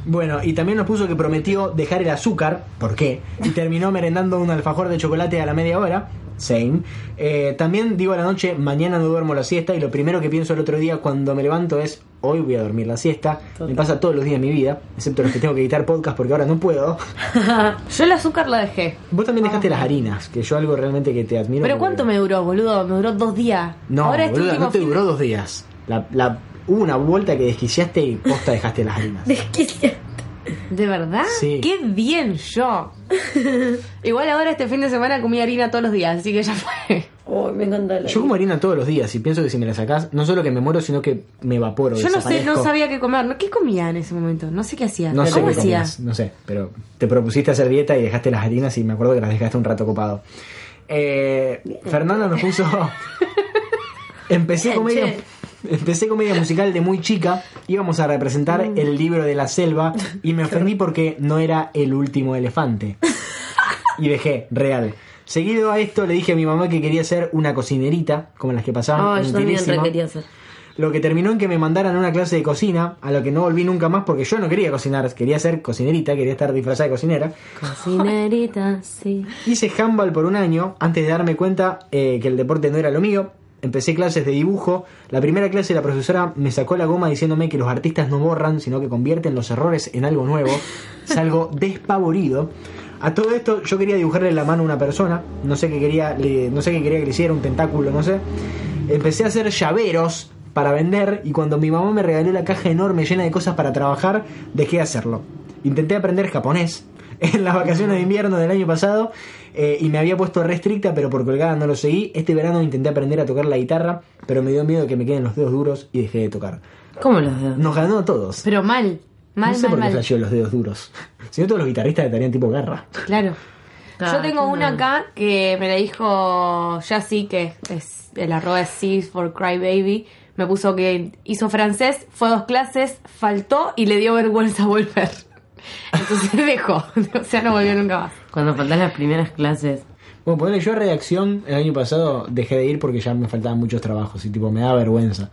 Bueno, y también nos puso que prometió dejar el azúcar, ¿por qué? Y terminó merendando un alfajor de chocolate a la media hora, same. Eh, también digo a la noche, mañana no duermo la siesta y lo primero que pienso el otro día cuando me levanto es, hoy voy a dormir la siesta. Me pasa todos los días de mi vida, excepto los que tengo que editar podcast porque ahora no puedo.
Yo el azúcar la dejé.
Vos también dejaste las harinas, que yo algo realmente que te admiro.
Ah. Pero
porque-
¿cuánto me duró, boludo? Me duró dos días.
No,
Ahora este
boluda,
último
no te
fin-
duró dos días. La, la- hubo una vuelta que desquiciaste y posta dejaste las harinas.
¿De verdad?
Sí.
¡Qué bien yo! Igual ahora este fin de semana comí harina todos los días, así que ya fue.
Uy, me encanta
Yo como harina todos los días y pienso que si me la sacás, no solo que me muero, sino que me evaporo.
Yo no sé, no
desaparezco.
sabía qué comer. ¿no? ¿Qué comía en ese momento? No sé qué hacía.
No sé
¿Cómo
qué
hacía?
comías, no sé, pero te propusiste hacer dieta y dejaste las harinas y me acuerdo que las dejaste un rato copado. Eh, Fernanda nos puso... empecé,
Bien,
comedia, empecé comedia musical de muy chica, íbamos a representar
Mm.
el libro de la selva y me ofendí porque no era el último elefante. Y dejé, real. Seguido a esto le dije a mi mamá que quería ser una cocinerita, como las que pasaban.
Ay, yo también re
utilísimo.
quería hacer.
Lo que terminó en que me mandaran a una clase de cocina, a lo que no volví nunca más porque yo no quería cocinar, quería ser cocinerita, quería estar disfrazada de cocinera.
Cocinerita, sí.
Hice handball por un año antes de darme cuenta eh, que el deporte no era lo mío. Empecé clases de dibujo. La primera clase la profesora me sacó la goma diciéndome que los artistas no borran, sino que convierten los errores en algo nuevo. Salgo despavorido. A todo esto yo quería dibujarle la mano a una persona, no sé qué quería, le- no sé qué quería que le hiciera un tentáculo, no sé. Empecé a hacer llaveros para vender y cuando mi mamá me regaló la caja enorme llena de cosas para trabajar, dejé de hacerlo. Intenté aprender japonés en las vacaciones de invierno del año pasado eh, y me había puesto restricta, pero por colgada no lo seguí. Este verano intenté aprender a tocar la guitarra, pero me dio miedo de que me queden los dedos duros y dejé de tocar.
¿Cómo los dedos?
Nos ganó a todos.
Pero mal. Mal,
no sé
mal,
por qué
mal.
flasheó los dedos duros. Si no, todos los guitarristas estarían tipo garra.
Claro. Yo
Ah,
tengo
qué
una
mal.
acá que me la dijo Jassy, que es el arroba es C for Cry Baby. Me puso que hizo francés, fue a dos clases, faltó y le dio vergüenza volver. Entonces dejó. O sea, no volvió nunca más.
Cuando faltás las primeras clases.
Bueno, ponele yo a redacción el año pasado dejé de ir porque ya me faltaban muchos trabajos y tipo me da vergüenza.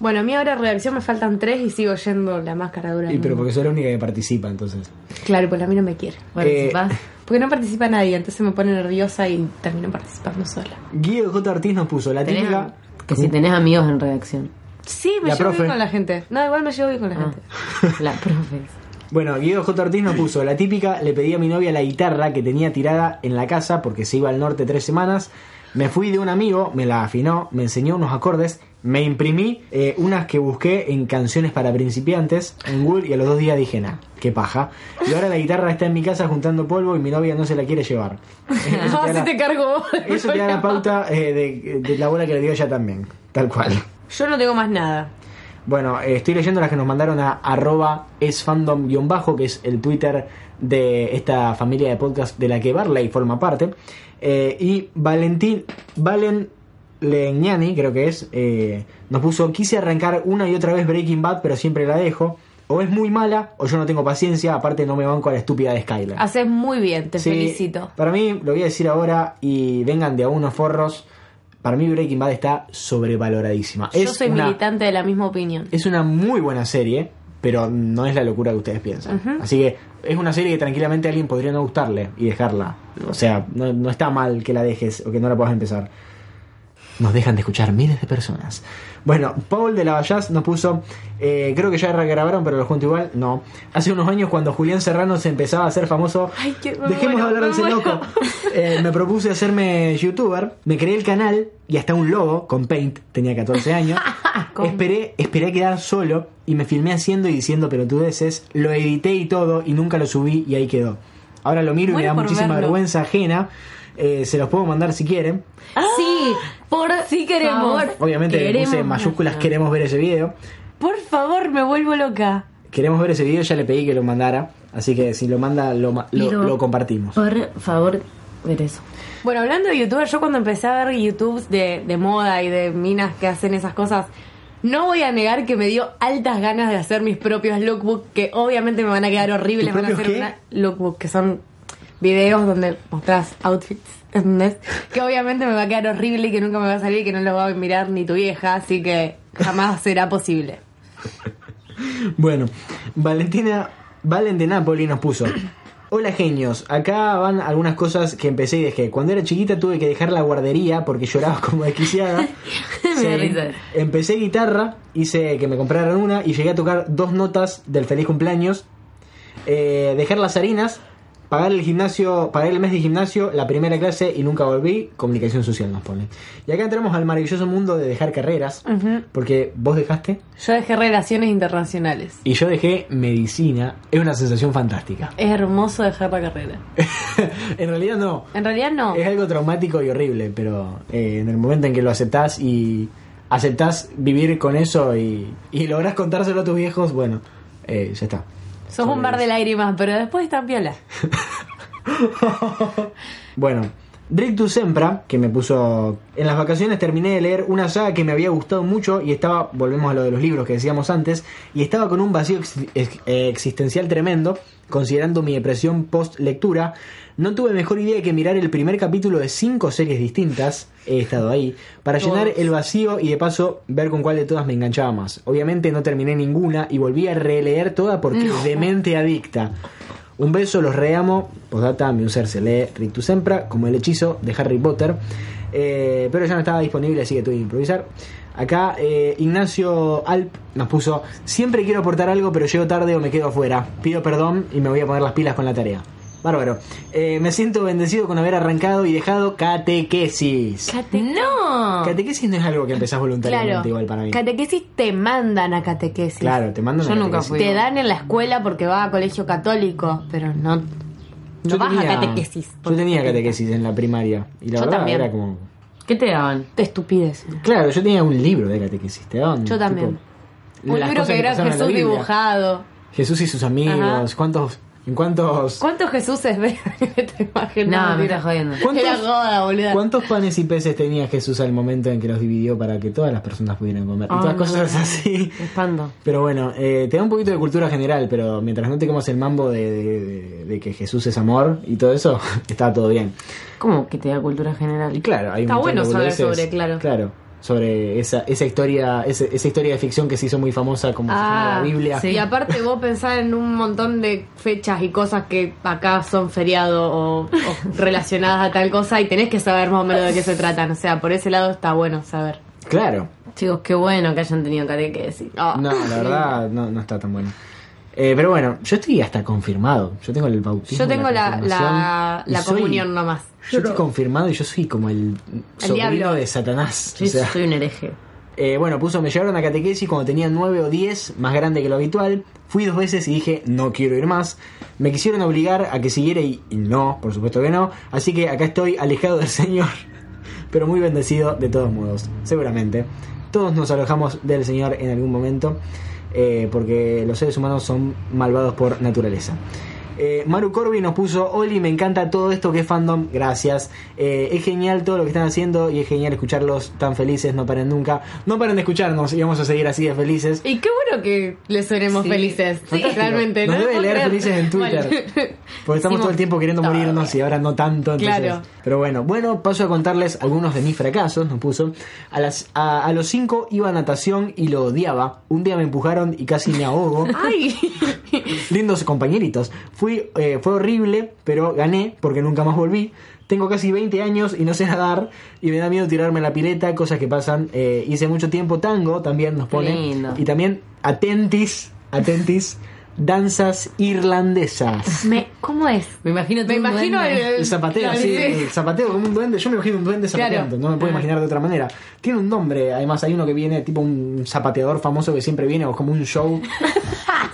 Bueno, a mí ahora redacción me faltan tres y sigo yendo la máscara dura.
Y pero porque soy la única que participa, entonces.
Claro, pues a mí no me quiere.
Eh,
¿Participás?
Porque no participa nadie, entonces me pone nerviosa y termino participando sola.
Guido J. Ortiz nos puso la
Tenés-
típica.
que si tenés amigos en redacción.
Sí, me
La
llevo
profe. Ah.
bien con la gente. No, igual me llevo bien con la
Ah.
gente.
La profe.
Bueno, Guido J. Ortiz nos puso la típica. Le pedí a mi novia la guitarra que tenía tirada en la casa porque se iba al norte tres semanas. Me fui de un amigo, me la afinó, me enseñó unos acordes, me imprimí eh, unas que busqué en canciones para principiantes en Google y a los dos días dije, nah, qué paja. Y ahora la guitarra está en mi casa juntando polvo y mi novia no se la quiere llevar. Eso
No,
te da
así
la-
te cargo vos.
Eso te da la pauta eh, de, de la bola que le dio ella también, tal cual.
Yo no tengo más nada.
Bueno, eh, estoy leyendo las que nos mandaron a arroba esfandom-bajo, que es el Twitter de esta familia de podcast de la que Barley forma parte. Eh, y Valentín, Valen Legnani, creo que es, eh, nos puso, quise arrancar una y otra vez Breaking Bad, pero siempre la dejo. O es muy mala, o yo no tengo paciencia, aparte no me banco a la estúpida de Skyler.
Haces muy bien, te
Sí,
felicito.
Para mí, lo voy a decir ahora y vengan de a unos forros. Para mí Breaking Bad está sobrevaloradísima.
Yo
es
soy
una,
militante de la misma opinión.
Es una muy buena serie, pero no es la locura que ustedes piensan. Así que es una serie que tranquilamente a alguien podría no gustarle y dejarla. O sea, no, no está mal que la dejes o que no la puedas empezar. Nos dejan de escuchar miles de personas. Bueno, Paul de Lavallaz nos puso. eh, creo que ya regrabaron, pero lo junto igual. No. Hace unos años, cuando Julián Serrano se empezaba a hacer famoso.
Ay, qué- me
dejemos de
muero,
hablar del
me muero.
loco. Eh, me propuse hacerme youtuber. Me creé el canal y hasta un logo con Paint. Tenía 14 años.
Con-
Esperé, esperé a quedar solo y me filmé haciendo y diciendo pelotudeces. Lo edité y todo y nunca lo subí y ahí quedó. Ahora lo miro y me
Muero
da
por
muchísima
verlo.
vergüenza ajena. Eh, se los puedo mandar si quieren.
Ah, Sí, por
Sí queremos.
favor.
Obviamente le
Queremos
puse en mayúsculas
verlo.
queremos ver ese video.
Por favor, me vuelvo loca.
Queremos ver ese video, ya le pedí que lo mandara. Así que si lo manda, lo, ma- lo-
Pero,
lo compartimos.
Por favor, ver eso.
Bueno, hablando de youtubers, yo cuando empecé a ver youtubes de, de moda y de minas que hacen esas cosas, no voy a negar que me dio altas ganas de hacer mis propios lookbook, que obviamente me van a quedar horribles,
¿Tus
van a
propios
hacer
qué?
una lookbook, que son videos donde mostrás outfits, ¿entendés? Que obviamente me va a quedar horrible y que nunca me va a salir y que no los va a mirar ni tu vieja, así que jamás será posible.
Bueno, Valentina Valen de Napoli nos puso. Hola genios, acá van algunas cosas que empecé y dejé. Cuando era chiquita tuve que dejar la guardería porque lloraba como desquiciada.
Me da risa.
Empecé guitarra, hice que me compraran una y llegué a tocar dos notas del feliz cumpleaños. Eh, dejar las harinas, pagar el gimnasio, pagar el mes de gimnasio, la primera clase y nunca volví. Comunicación social nos pone. Y acá entramos al maravilloso mundo de dejar carreras,
Ah.
Ujú.
porque vos dejaste
Yo dejé relaciones internacionales.
y yo dejé medicina. Es una sensación fantástica.
Es hermoso dejar la carrera.
en realidad no.
En realidad no.
Es algo traumático y horrible, pero eh, en el momento en que lo aceptás y aceptás vivir con eso y, y lográs contárselo a tus viejos, bueno, eh, ya está.
Sos un mar de lágrimas, pero después están piola.
Bueno, Rick to Sempra, que me puso. En las vacaciones terminé de leer una saga que me había gustado mucho y estaba. Volvemos a lo de los libros que decíamos antes. Y estaba con un vacío ex- ex- eh, existencial tremendo, considerando mi depresión post lectura. No tuve mejor idea que mirar el primer capítulo de cinco series distintas. He estado ahí. Para llenar el vacío y de paso ver con cuál de todas me enganchaba más. Obviamente no terminé ninguna y volví a releer toda porque demente adicta. Un beso, los reamo. Postdata, mi user se lee Rictus Sempra, como el hechizo de Harry Potter. Eh, pero ya no estaba disponible, así que tuve que improvisar. Acá eh, Ignacio Alp nos puso: Siempre quiero aportar algo, pero llego tarde o me quedo afuera. Pido perdón y me voy a poner las pilas con la tarea. Bárbaro. Eh, me siento bendecido con haber arrancado y dejado catequesis.
¡No!
catequesis no es algo que empezás voluntariamente,
Claro.
igual para mí.
Catequesis te mandan a catequesis.
Claro, te mando una
Yo nunca
catequesis.
fui.
Te dan en la escuela porque vas a colegio católico, pero no, no
Yo
vas
tenía-
a catequesis.
Yo tenía catequesis en la primaria. Y
Yo
la verdad
también.
era como.
¿Qué te daban?
Te estupidez.
Claro, yo tenía un libro de catequesis, te daban,
Yo también.
tipo,
Un
las
libro
cosas
que era
pasaron en la
Jesús
Biblia.
dibujado.
Jesús y sus amigos,
Ajá.
cuántos, en cuántos,
¿Cuántos Jesuses ves en esta imagen?
No, me
mentira.
estás jodiendo.
¿Cuántos-
Era joda, boluda.
cuántos panes y peces tenía Jesús al momento en que los dividió para que todas las personas pudieran comer. Y
Ah,
todas
no,
cosas
no, no.
así.
Me espanto.
Pero bueno, eh, te da un poquito de cultura general, pero mientras no te comas el mambo de, de- de- de que Jesús es amor y todo eso, está todo bien.
¿Cómo que te da cultura general?
Y claro, hay un
Está
montón
bueno
de
saber
boludeces.
sobre, claro.
Claro, sobre esa, esa historia, esa, esa historia de ficción que se hizo muy famosa como se llama
Ah,
la Biblia.
sí. Y aparte vos pensás en un montón de fechas y cosas que acá son feriado o, o relacionadas a tal cosa y tenés que saber más o menos de qué se tratan. O sea, por ese lado está bueno saber.
Claro.
Chicos, qué bueno que hayan tenido catequesis.
Ah.
No, la verdad no, no está tan bueno. Eh, pero bueno, yo estoy hasta confirmado. Yo tengo el bautismo.
Yo tengo la, la,
confirmación,
la
y soy-
comunión nomás.
Yo estoy confirmado y yo soy como el sobrino
diablo.
de Satanás.
Yo
o sea,
soy un hereje.
eh, bueno, puso, me llevaron a catequesis cuando tenía 9 o 10, más grande que lo habitual. Fui dos veces y dije, no quiero ir más. Me quisieron obligar a que siguiera y, y no, por supuesto que no. Así que acá estoy alejado del Señor, pero muy bendecido de todos modos, seguramente. Todos nos alojamos del Señor en algún momento, eh, porque los seres humanos son malvados por naturaleza. Eh, Maru Corby nos puso, Oli, me encanta todo esto que es fandom, gracias. Eh, es genial todo lo que están haciendo y es genial escucharlos tan felices, no paren nunca. No paren de escucharnos y vamos a seguir así de felices.
Y qué bueno que les seremos
Sí.
felices.
Fantástico.
Realmente,
Nos
¿no?
debe
Puedo
leer
creer.
felices en Twitter.
Bueno.
Porque estamos todo el tiempo queriendo
Todo.
morirnos y ahora no tanto. Entonces.
Claro.
Pero bueno, bueno, paso a contarles algunos de mis fracasos, nos puso. A, las, a, a los 5 iba a natación y lo odiaba. Un día me empujaron y casi me ahogo.
Ay,
Lindos compañeritos. Fui, eh, fue horrible, pero gané porque nunca más volví. Tengo casi 20 años y no sé nadar y me da miedo tirarme a la pileta, cosas que pasan. Eh, hice mucho tiempo tango, también nos pone.
Lindo.
Y también atentis, atentis, danzas irlandesas.
me, ¿cómo es?
Me imagino
Me
todo un
imagino
duende.
el,
El zapateo,
la-
sí, el zapateo como un duende. Yo me imagino un duende
Claro.
zapateando, no me puedo imaginar de otra manera. Tiene un nombre, además hay uno que viene, tipo un zapateador famoso que siempre viene, o como un show.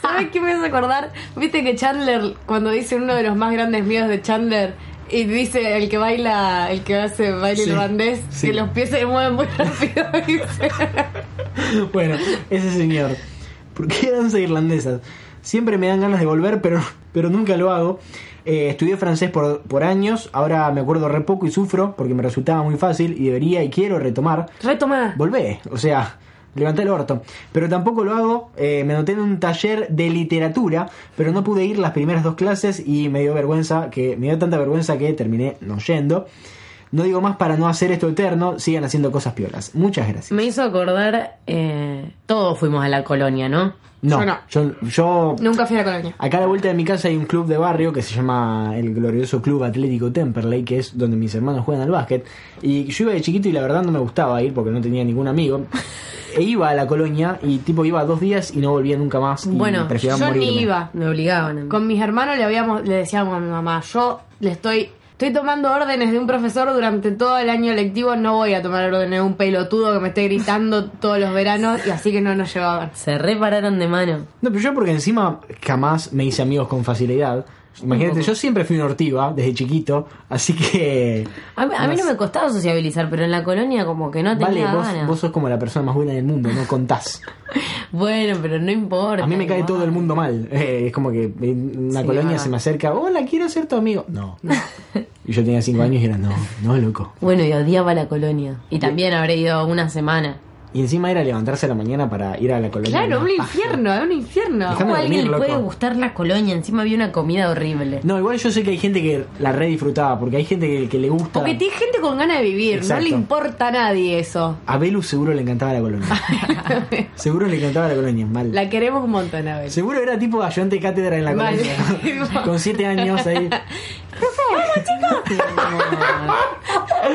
¿Sabes qué me hace acordar? Viste que Chandler, cuando dice uno de los más grandes miedos de Chandler, y dice el que baila, el que hace baile
Sí,
irlandés,
sí.
que los pies se mueven muy rápido. dice.
bueno, ese señor. ¿Por qué danzas irlandesas? Siempre me dan ganas de volver, pero, pero nunca lo hago. Eh, estudié francés por, por años, ahora me acuerdo re poco y sufro porque me resultaba muy fácil y debería y quiero retomar.
Retoma.
volvé, o sea, levanté el orto. Pero tampoco lo hago, eh, me anoté en un taller de literatura, pero no pude ir las primeras dos clases y me dio vergüenza, que me dio tanta vergüenza que terminé no yendo. No digo más para no hacer esto eterno, sigan haciendo cosas piolas. Muchas gracias.
Me hizo acordar, eh, todos fuimos a la colonia, ¿no?
No,
Yo no.
yo, yo-
Nunca fui a la colonia.
acá a la vuelta de mi casa hay un club de barrio que se llama el glorioso Club Atlético Temperley, que es donde mis hermanos juegan al básquet. Y yo iba de chiquito y la verdad no me gustaba ir porque no tenía ningún amigo. E iba a la colonia y tipo iba dos días y no volvía nunca más. y
Bueno,
prefería
yo
morirme.
ni iba.
Me obligaban. a mí.
Con mis hermanos le habíamos, le decíamos a mi mamá, yo le estoy, estoy tomando órdenes de un profesor durante todo el año lectivo, no voy a tomar órdenes de un pelotudo que me esté gritando todos los veranos y así que no nos llevaban.
Se repararon de mano.
No, pero yo porque encima jamás me hice amigos con facilidad. Imagínate, yo siempre fui una ortiva desde chiquito, así que...
A mí, a mí no me costaba sociabilizar, pero en la colonia como que no
Vale,
tenía
vos,
ganas.
vos sos como la persona más buena del mundo, no contás.
Bueno, pero no importa.
A mí me cae
igual.
todo el mundo mal. Eh, es como que en una
Sí,
colonia
va.
se me acerca, hola, quiero ser tu amigo. No. y yo tenía cinco años y era, no, no, loco.
Bueno, y odiaba la colonia. Y también habré ido una semana.
Y encima era levantarse a la mañana para ir a la colonia.
Claro, un
Una paja.
infierno, es un infierno.
Dejame
¿Cómo a alguien
dormir,
le puede
loco.
gustar la colonia? Encima había una comida horrible.
No, igual yo sé que hay gente que la re disfrutaba, porque hay gente que, que le gusta...
Porque tiene gente con ganas de vivir,
Exacto.
no le importa a nadie eso.
A Belus seguro le encantaba la colonia. seguro le encantaba la colonia, mal.
La queremos un montón, Abel.
Seguro era tipo ayudante de cátedra en la
Mal.
colonia. Con siete años ahí.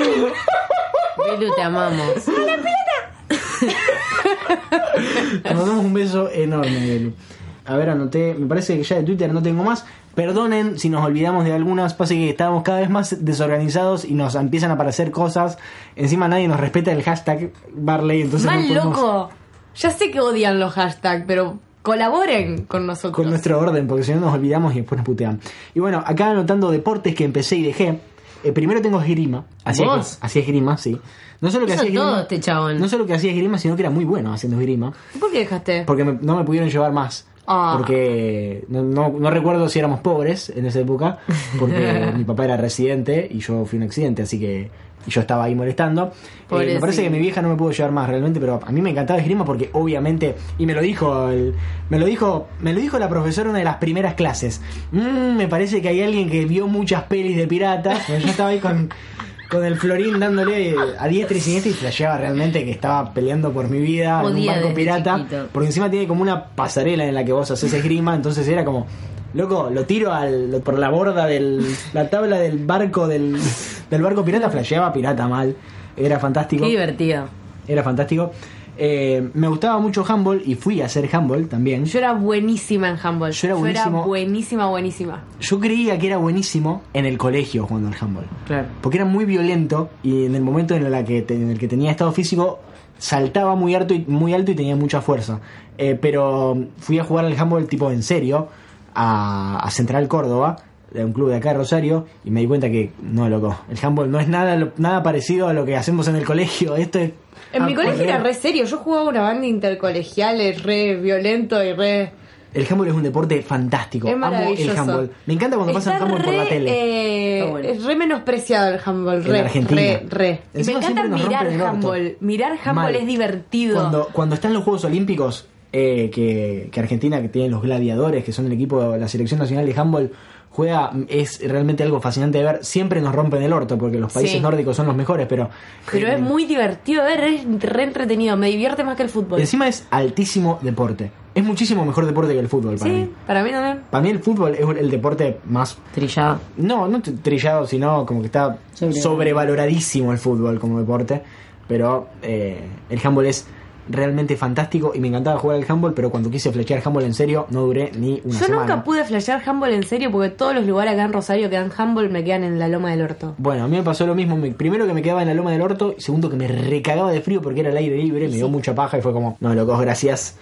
Belu, te amamos.
Te mandamos un beso enorme, Belu. A ver, anoté. Me parece que ya de Twitter no tengo más. Perdonen si nos olvidamos de algunas. Pase que estábamos cada vez más desorganizados y nos empiezan a aparecer cosas. Encima nadie nos respeta el hashtag Barley. Entonces
Mal
no podemos-
loco. Ya sé que odian los hashtags, pero colaboren con nosotros.
Con nuestro orden, porque si no nos olvidamos y después nos putean. Y bueno, acá anotando deportes que empecé y dejé. Eh, primero tengo esgrima. Hacía
¿Vos?
hacía esgrima, sí. No solo que
Hizo
hacía esgrima-
todo este chabón.
No solo que hacía esgrima, sino que era muy bueno haciendo esgrima.
¿Por qué dejaste?
Porque me- no me pudieron llevar más.
Ah.
Porque no, no- no recuerdo si éramos pobres en esa época, porque mi papá era residente y yo fui un accidente, así que y yo estaba ahí molestando. Eh, me
Pobrecito.
parece que mi vieja no me pudo llevar más realmente, pero a mí me encantaba esgrima porque obviamente, y me lo dijo el- me lo dijo, me lo dijo la profesora en una de las primeras clases. "Mm, me parece que hay alguien que vio muchas pelis de piratas. Yo estaba ahí con, con el florín dándole a diestra y siniestra y flasheaba realmente que estaba peleando por mi vida en un
Podía
barco
desde
pirata.
chiquito.
Porque encima tiene como una pasarela en la que vos haces esgrima, entonces era como, loco, lo tiro al, lo- por la borda de la tabla del barco del, del barco pirata, flasheaba pirata mal. Era fantástico.
Qué divertido.
Era fantástico. Eh, me gustaba mucho handball y fui a hacer handball también.
Yo era buenísima en handball.
Yo era buenísimo.
buenísima, buenísima.
Yo creía que era buenísimo en el colegio jugando al handball.
Claro.
Porque era muy violento y en el momento en, la que te- en el que tenía estado físico saltaba muy alto y, muy alto y tenía mucha fuerza. Eh, pero fui a jugar al handball tipo en serio a, a Central Córdoba. de un club de acá de Rosario y me di cuenta que, no, loco, el handball no es nada, lo- nada parecido a lo que hacemos en el colegio. Esto es.
En mi
a
colegio
correr.
era re serio. Yo jugaba una banda intercolegial, es re violento y re.
El handball es un deporte fantástico.
Es
Amo el
maravilloso.
handball. Me encanta cuando pasan
Está
handball por la
re,
tele.
eh,
Está bueno.
es re menospreciado el handball,
En
re,
la Argentina.
re, re. Y
Encima
me encanta
siempre nos
mirar
rompen el orto.
handball. Mirar handball
Mal.
es divertido.
Cuando, cuando están los Juegos Olímpicos, eh, que, que Argentina, que tiene los gladiadores, que son el equipo, la selección nacional de handball, juega, es realmente algo fascinante de ver. Siempre nos rompen el orto, porque los países
Sí.
nórdicos son los mejores, pero.
Pero es muy divertido, ver, es re entretenido. Me divierte más que el fútbol.
Encima es altísimo deporte. Es muchísimo mejor deporte que el fútbol para
sí,
mí.
para mí también.
Para mí el fútbol es el deporte más
Trillado.
No, no t- trillado, sino como que está
Sobrevalorado.
sobrevaloradísimo el fútbol como deporte. Pero eh, el handball es realmente fantástico y me encantaba jugar al handball, pero cuando quise flechear handball en serio no duré ni una
Yo
semana.
nunca pude flashear handball en serio porque todos los lugares acá en Rosario que dan handball me quedan en la loma del orto.
Bueno, a mí me pasó lo mismo. Me- Primero que me quedaba en la loma del orto, y segundo que me recagaba de frío porque era al aire libre, me dio mucha paja y fue como, no, locos, gracias.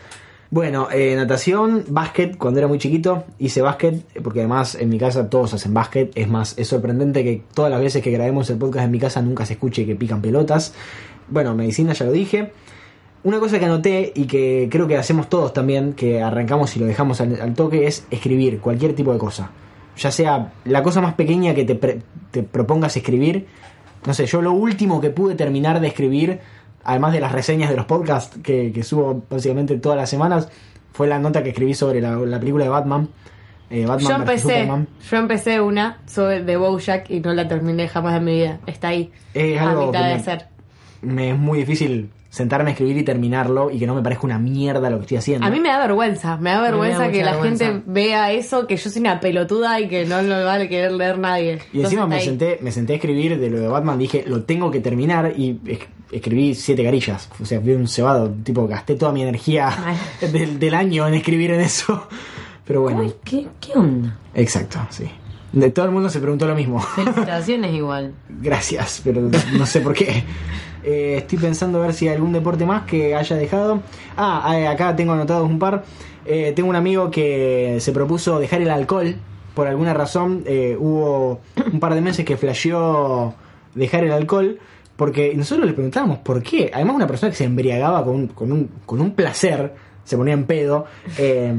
Bueno, eh, natación, básquet, cuando era muy chiquito hice básquet, porque además en mi casa todos hacen básquet, es más, es sorprendente que todas las veces que grabemos el podcast en mi casa nunca se escuche que pican pelotas. Bueno, medicina ya lo dije. Una cosa que anoté y que creo que hacemos todos también, que arrancamos y lo dejamos al, al toque, es escribir cualquier tipo de cosa. Ya sea la cosa más pequeña que te, pre- te propongas escribir. No sé, yo lo último que pude terminar de escribir, además de las reseñas de los podcasts que, que subo básicamente todas las semanas, fue la nota que escribí sobre la, la película de Batman. eh, Batman
yo
versus
empecé,
Superman.
yo empecé una sobre de Bojack y no la terminé jamás en mi vida. Está ahí.
Es
a
algo
mitad
que
de
me-
hacer.
Me es muy difícil sentarme a escribir y terminarlo y que no me parezca una mierda lo que estoy haciendo.
A mí me da vergüenza, me da vergüenza
mucha
que la
vergüenza.
gente vea eso, que yo soy una pelotuda y que no lo va a querer leer nadie.
Y encima
Entonces,
me
ahí.
senté, me senté a escribir de lo de Batman, dije, lo tengo que terminar y es- escribí siete carillas. O sea, fui un cebado, tipo, gasté toda mi energía del, del año en escribir en eso. Pero bueno,
Uy, ¿qué, ¿Qué onda?
exacto, sí. De todo el mundo se preguntó lo mismo.
Felicitaciones igual.
Gracias, pero no sé por qué. Eh, estoy pensando a ver si hay algún deporte más que haya dejado. Ah, eh, acá tengo anotados un par. Eh, tengo un amigo que se propuso dejar el alcohol. Por alguna razón eh, hubo un par de meses que flasheó dejar el alcohol. Porque nosotros le preguntábamos por qué. Además una persona que se embriagaba con, con, un, con un placer, se ponía en pedo. eh,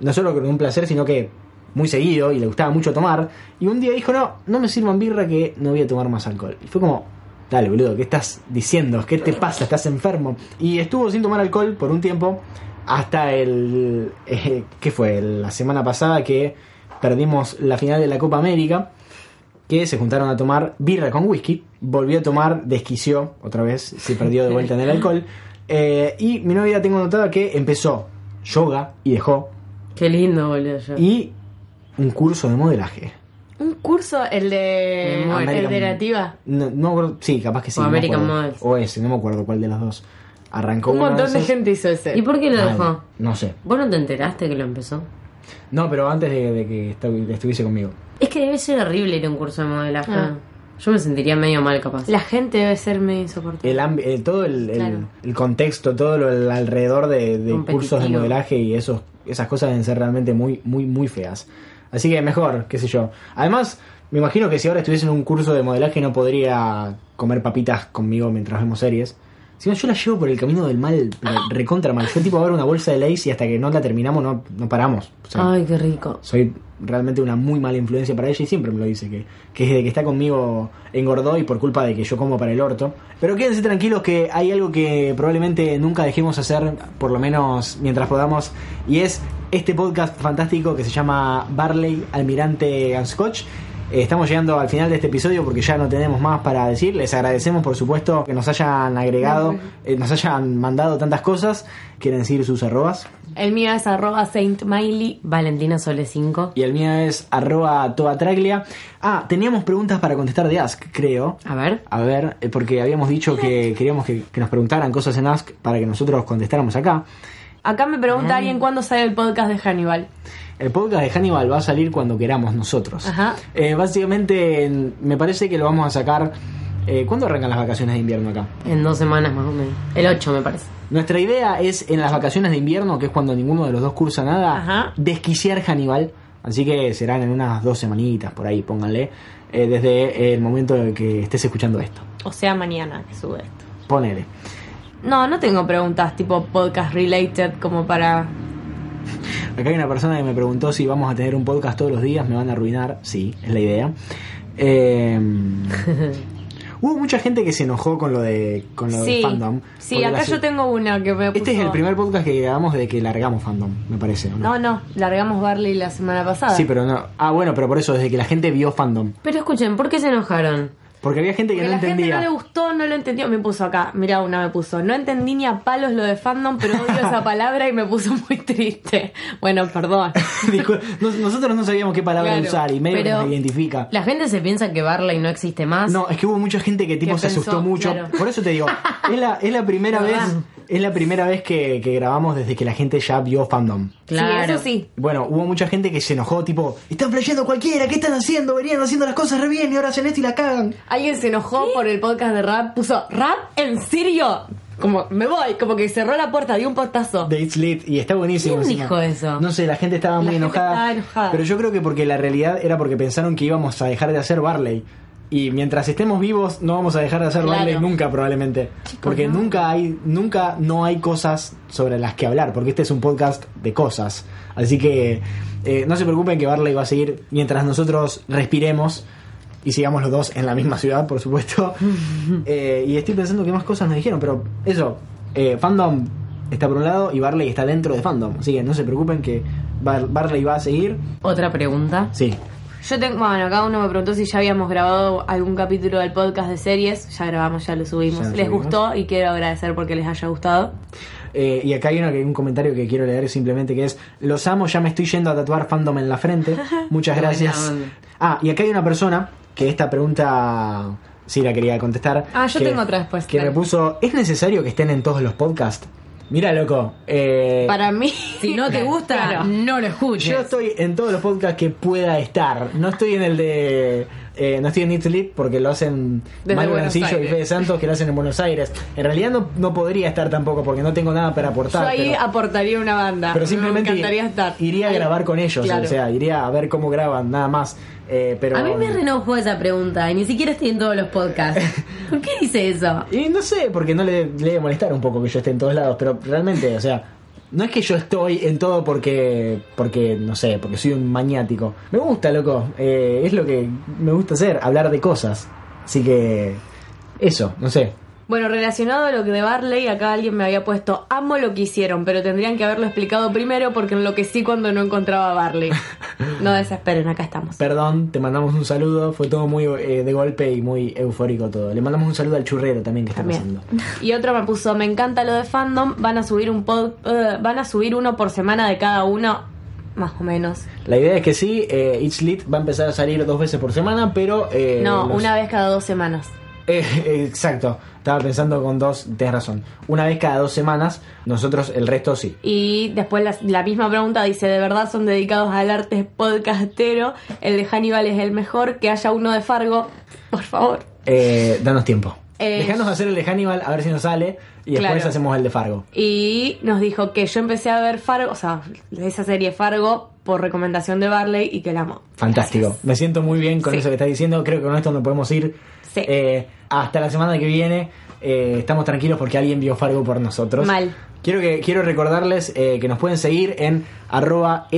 no solo con un placer, sino que muy seguido y le gustaba mucho tomar. Y un día dijo, no, no me sirvan birra que no voy a tomar más alcohol. Y fue como, dale, boludo, ¿qué estás diciendo? ¿Qué te pasa? ¿Estás enfermo? Y estuvo sin tomar alcohol por un tiempo hasta el... eh, ¿Qué fue? La semana pasada que perdimos la final de la Copa América que se juntaron a tomar birra con whisky, volvió a tomar, desquició otra vez, se perdió de vuelta en el alcohol, eh, y mi novia tengo notado que empezó yoga y dejó
Qué lindo, boludo. yo.
y un curso de modelaje.
Un curso, el de,
eh,
Me muero.
el de
American-
nativa.
No, no me acuerdo- sí, capaz que sí.
O
no me
American
acuerdo.
Models.
O ese, no me acuerdo cuál de las dos. Arrancó
Un
una
montón de
esas-
gente hizo ese.
¿Y por qué lo
Mal.
dejó?
No sé.
¿Vos no te enteraste que lo empezó?
No, pero antes de, de que estu- estuviese conmigo.
Es que debe ser horrible ir a un curso de modelaje.
Ah.
Yo me sentiría medio mal capaz.
La gente debe ser medio insoportable.
El, ambi- eh, todo el, el-
Claro.
el contexto, todo lo el alrededor de, de
Competitivo.
cursos de modelaje y esos, esas cosas deben ser realmente muy, muy, muy feas. Así que mejor, qué sé yo. Además, me imagino que si ahora estuviese en un curso de modelaje no podría comer papitas conmigo mientras vemos series. Si no, yo la llevo por el camino del mal, pero recontra mal. Yo tipo abro una bolsa de Lays y hasta que no la terminamos no, no paramos. O sea,
Ay, qué rico.
soy realmente una muy mala influencia para ella y siempre me lo dice, que, que desde que está conmigo engordó y por culpa de que yo como para el orto. Pero quédense tranquilos que hay algo que probablemente nunca dejemos hacer, por lo menos mientras podamos, y es este podcast fantástico que se llama Barley, Almirante and Scotch. Eh, Estamos llegando al final de este episodio porque ya no tenemos más para decir. Les agradecemos, por supuesto, que nos hayan agregado, eh, nos hayan mandado tantas cosas. ¿Quieren decir sus arrobas?
El mío es arroba Saint Miley.
Valentina Sole 5.
Y el mío es arroba toatraglia. Ah, teníamos preguntas para contestar de Ask, creo.
A ver.
A ver, eh, porque habíamos dicho que queríamos que, que nos preguntaran cosas en Ask para que nosotros contestáramos acá.
Acá me pregunta
Ah.
alguien cuándo sale el podcast de Hannibal.
El podcast de Hannibal va a salir cuando queramos nosotros.
Ajá.
Eh, básicamente, en- me parece que lo vamos a sacar. eh, ¿Cuándo arrancan las vacaciones de invierno acá?
En dos semanas más o menos. El 8 me parece.
Nuestra idea es en las vacaciones de invierno, que es cuando ninguno de los dos cursa nada,
Ajá.
desquiciar Hannibal. Así que serán en unas dos semanitas por ahí, pónganle, eh, desde el momento en que estés escuchando esto.
O sea, mañana que sube esto.
Ponele.
No, no tengo preguntas tipo podcast related como para.
Acá hay una persona que me preguntó si vamos a tener un podcast todos los días, me van a arruinar, sí, es la idea. Eh, hubo mucha gente que se enojó con lo de con lo
sí,
del fandom.
sí
porque
acá
las-
yo tengo una que me puso...
Este es el primer podcast que grabamos de que largamos fandom, me parece. ¿o
No, no, largamos Barley la semana pasada.
Sí, pero no. Ah, bueno, pero por eso, desde que la gente vio fandom.
Pero escuchen, ¿por qué se enojaron?
Porque había gente que
Porque
no
la gente
entendía.
no le gustó, no lo entendió. Me puso acá, mirá una me puso. No entendí ni a palos lo de fandom, pero odio esa palabra y me puso muy triste. Bueno, perdón.
Discul- Nos- Nosotros no sabíamos qué palabra
Claro,
usar y medio que
pero-
nos identifica.
La gente se piensa que Barley no existe más.
No, es que hubo mucha gente que tipo
Que
se
pensó,
asustó mucho.
claro.
Por eso te digo, es la, es la primera vez,
¿Verdad?
es la primera vez que, que grabamos desde que la gente ya vio fandom.
Claro.
Sí, eso sí.
Bueno, hubo mucha gente que se enojó, tipo, están flasheando cualquiera, ¿qué están haciendo? Venían haciendo las cosas re bien y ahora hacen esto y la cagan.
Alguien se enojó por el podcast de rap, puso rap en serio. Como me voy, como que cerró la puerta, dio un portazo.
De It's Lit y está buenísimo.
¿Quién
encima.
dijo eso?
No sé, la gente estaba muy
gente
enojada,
estaba enojada.
Pero yo creo que porque la realidad era porque pensaron que íbamos a dejar de hacer Barley. Y mientras estemos vivos no vamos a dejar de hacer
Claro.
Barley nunca probablemente. porque nunca hay, nunca no hay cosas sobre las que hablar, porque este es un podcast de cosas. Así que eh, no se preocupen que Barley va a seguir mientras nosotros respiremos. Y sigamos los dos en la misma ciudad, por supuesto. Eh, y estoy pensando que más cosas nos dijeron, pero eso, eh, Fandom está por un lado y Barley está dentro de Fandom. Así que no se preocupen que Bar- Barley va a seguir.
Otra pregunta.
Sí,
Yo tengo, bueno, cada uno me preguntó si ya habíamos grabado algún capítulo del podcast de series. Ya grabamos, ya lo subimos.
Ya lo
les
subimos.
gustó y quiero agradecer porque les haya gustado.
Eh, y acá hay una que- un comentario que quiero leer simplemente que es, los amo, ya me estoy yendo a tatuar fandom en la frente. Muchas gracias.
onda.
Ah, y acá hay una persona que esta pregunta sí la quería contestar.
Ah, yo
que-
tengo otra después,
Que
dale.
me puso, ¿es necesario que estén en todos los podcasts? Mira, loco. eh,
Para mí,
Si no te gusta,
Claro.
no lo escuches.
yo estoy en todos los podcasts que pueda estar. No estoy en el de... eh, no estoy en Need to Live porque lo hacen
Desde
Mario
Buenos
Garcillo y
Aires.
Fede Santos que lo hacen en Buenos Aires. En realidad no, no podría estar tampoco porque no tengo nada para
yo
aportar.
ahí
pero-
aportaría una banda.
pero simplemente
Ah, me encantaría estar.
iría a
Ahí.
grabar con ellos,
Claro.
o sea, iría a ver cómo graban, nada más. Eh, pero
A mí me renojó esa pregunta y ni siquiera estoy en todos los podcasts. ¿Por qué dice eso?
Y no sé, porque no le, le debe molestar un poco que yo esté en todos lados, pero realmente, o sea, no es que yo estoy en todo porque, porque no sé, porque soy un maniático. Me gusta, loco, eh, es lo que me gusta hacer, hablar de cosas. Así que, eso, no sé.
Bueno, relacionado a lo que de Barley, acá alguien me había puesto, amo lo que hicieron, pero tendrían que haberlo explicado primero porque enloquecí cuando no encontraba a Barley. No desesperen, acá estamos.
Perdón, te mandamos un saludo, fue todo muy eh, de golpe y muy eufórico todo. Le mandamos un saludo al churrero también que está
También.
pasando.
Y otro me puso, me encanta lo de fandom, van a subir un pod, eh, van a subir uno por semana de cada uno, más o menos.
La idea es que sí, eh, It's Lit va a empezar a salir dos veces por semana, pero... eh,
no,
los-
una vez cada dos semanas.
Eh, eh, exacto, estaba pensando con dos, tenés razón. Una vez cada dos semanas, nosotros el resto sí.
Y después la, la misma pregunta dice, ¿de verdad son dedicados al arte podcastero? El de Hannibal es el mejor, que haya uno de Fargo, por favor.
Eh, danos tiempo.
Eh,
Dejanos hacer el de Hannibal, a ver si nos sale, y después
Claro.
hacemos el de Fargo.
Y nos dijo que yo empecé a ver Fargo, o sea, esa serie Fargo por recomendación de Barley y que la amo.
Fantástico. Me siento muy bien con
Sí.
eso que estás diciendo, creo que con esto nos podemos ir.
Sí.
Eh, hasta la semana que viene, eh, estamos tranquilos porque alguien vio Fargo por nosotros.
Mal.
Quiero, que, quiero recordarles eh, que nos pueden seguir en arroba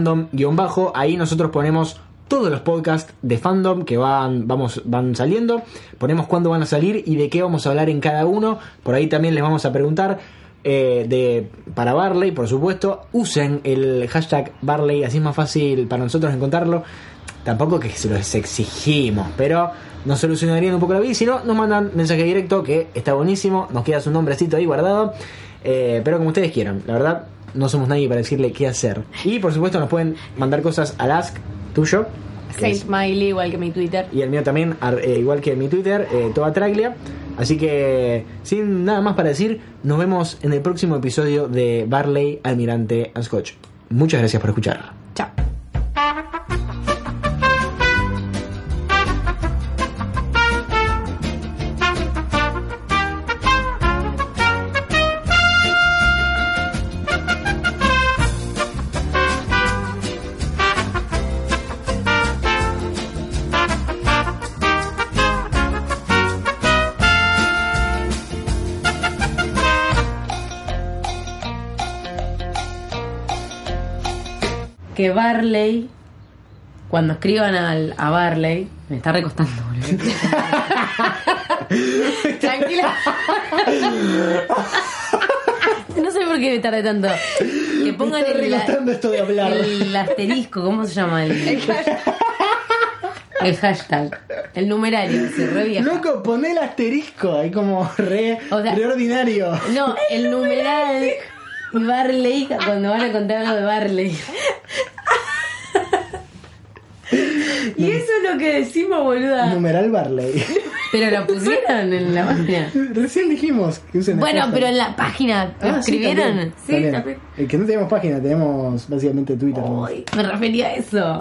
esfandom-bajo. Ahí nosotros ponemos todos los podcasts de fandom que van, vamos, van saliendo. Ponemos cuándo van a salir y de qué vamos a hablar en cada uno. Por ahí también les vamos a preguntar. eh, de, para Barley, por supuesto, usen el hashtag Barley, así es más fácil para nosotros encontrarlo. Tampoco que se los exigimos, pero nos solucionarían un poco la vida. Y Si no, nos mandan mensaje directo, que está buenísimo. Nos queda su nombrecito ahí guardado. Eh, pero como ustedes quieran, la verdad, no somos nadie para decirle qué hacer. Y por supuesto, nos pueden mandar cosas al ask tuyo. que es-
Saint Miley, igual que mi Twitter.
y el mío también, ar- eh, igual que mi Twitter, eh, toda traglia. Así que, sin nada más para decir, nos vemos en el próximo episodio de Barley, Almirante and Scotch. Muchas gracias por escuchar.
Chao.
Thank
que Barley, cuando escriban al, a Barley, me está recostando, boludo. Tranquila. No sé por qué me tardé tanto. Que pongan
Está
el,
recostando esto de hablar.
el asterisco, ¿cómo se llama? El, el hashtag. El numerario, se revieja.
Loco, poné el asterisco, ahí como re,
O sea-
re ordinario.
No, el numeral Barley cuando van a contar algo de Barley.
Y eso es lo que decimos, boluda.
Numeral Barley.
Pero lo pusieron en la página.
Recién dijimos que usen el
Bueno,
hashtag.
pero en la página ¿lo
Ah, sí,
escribieron.
también,
Sí, también.
Eh,
Oh,
que no tenemos página, tenemos básicamente Twitter. ¿no?
Oh,
Ay, me refería a eso.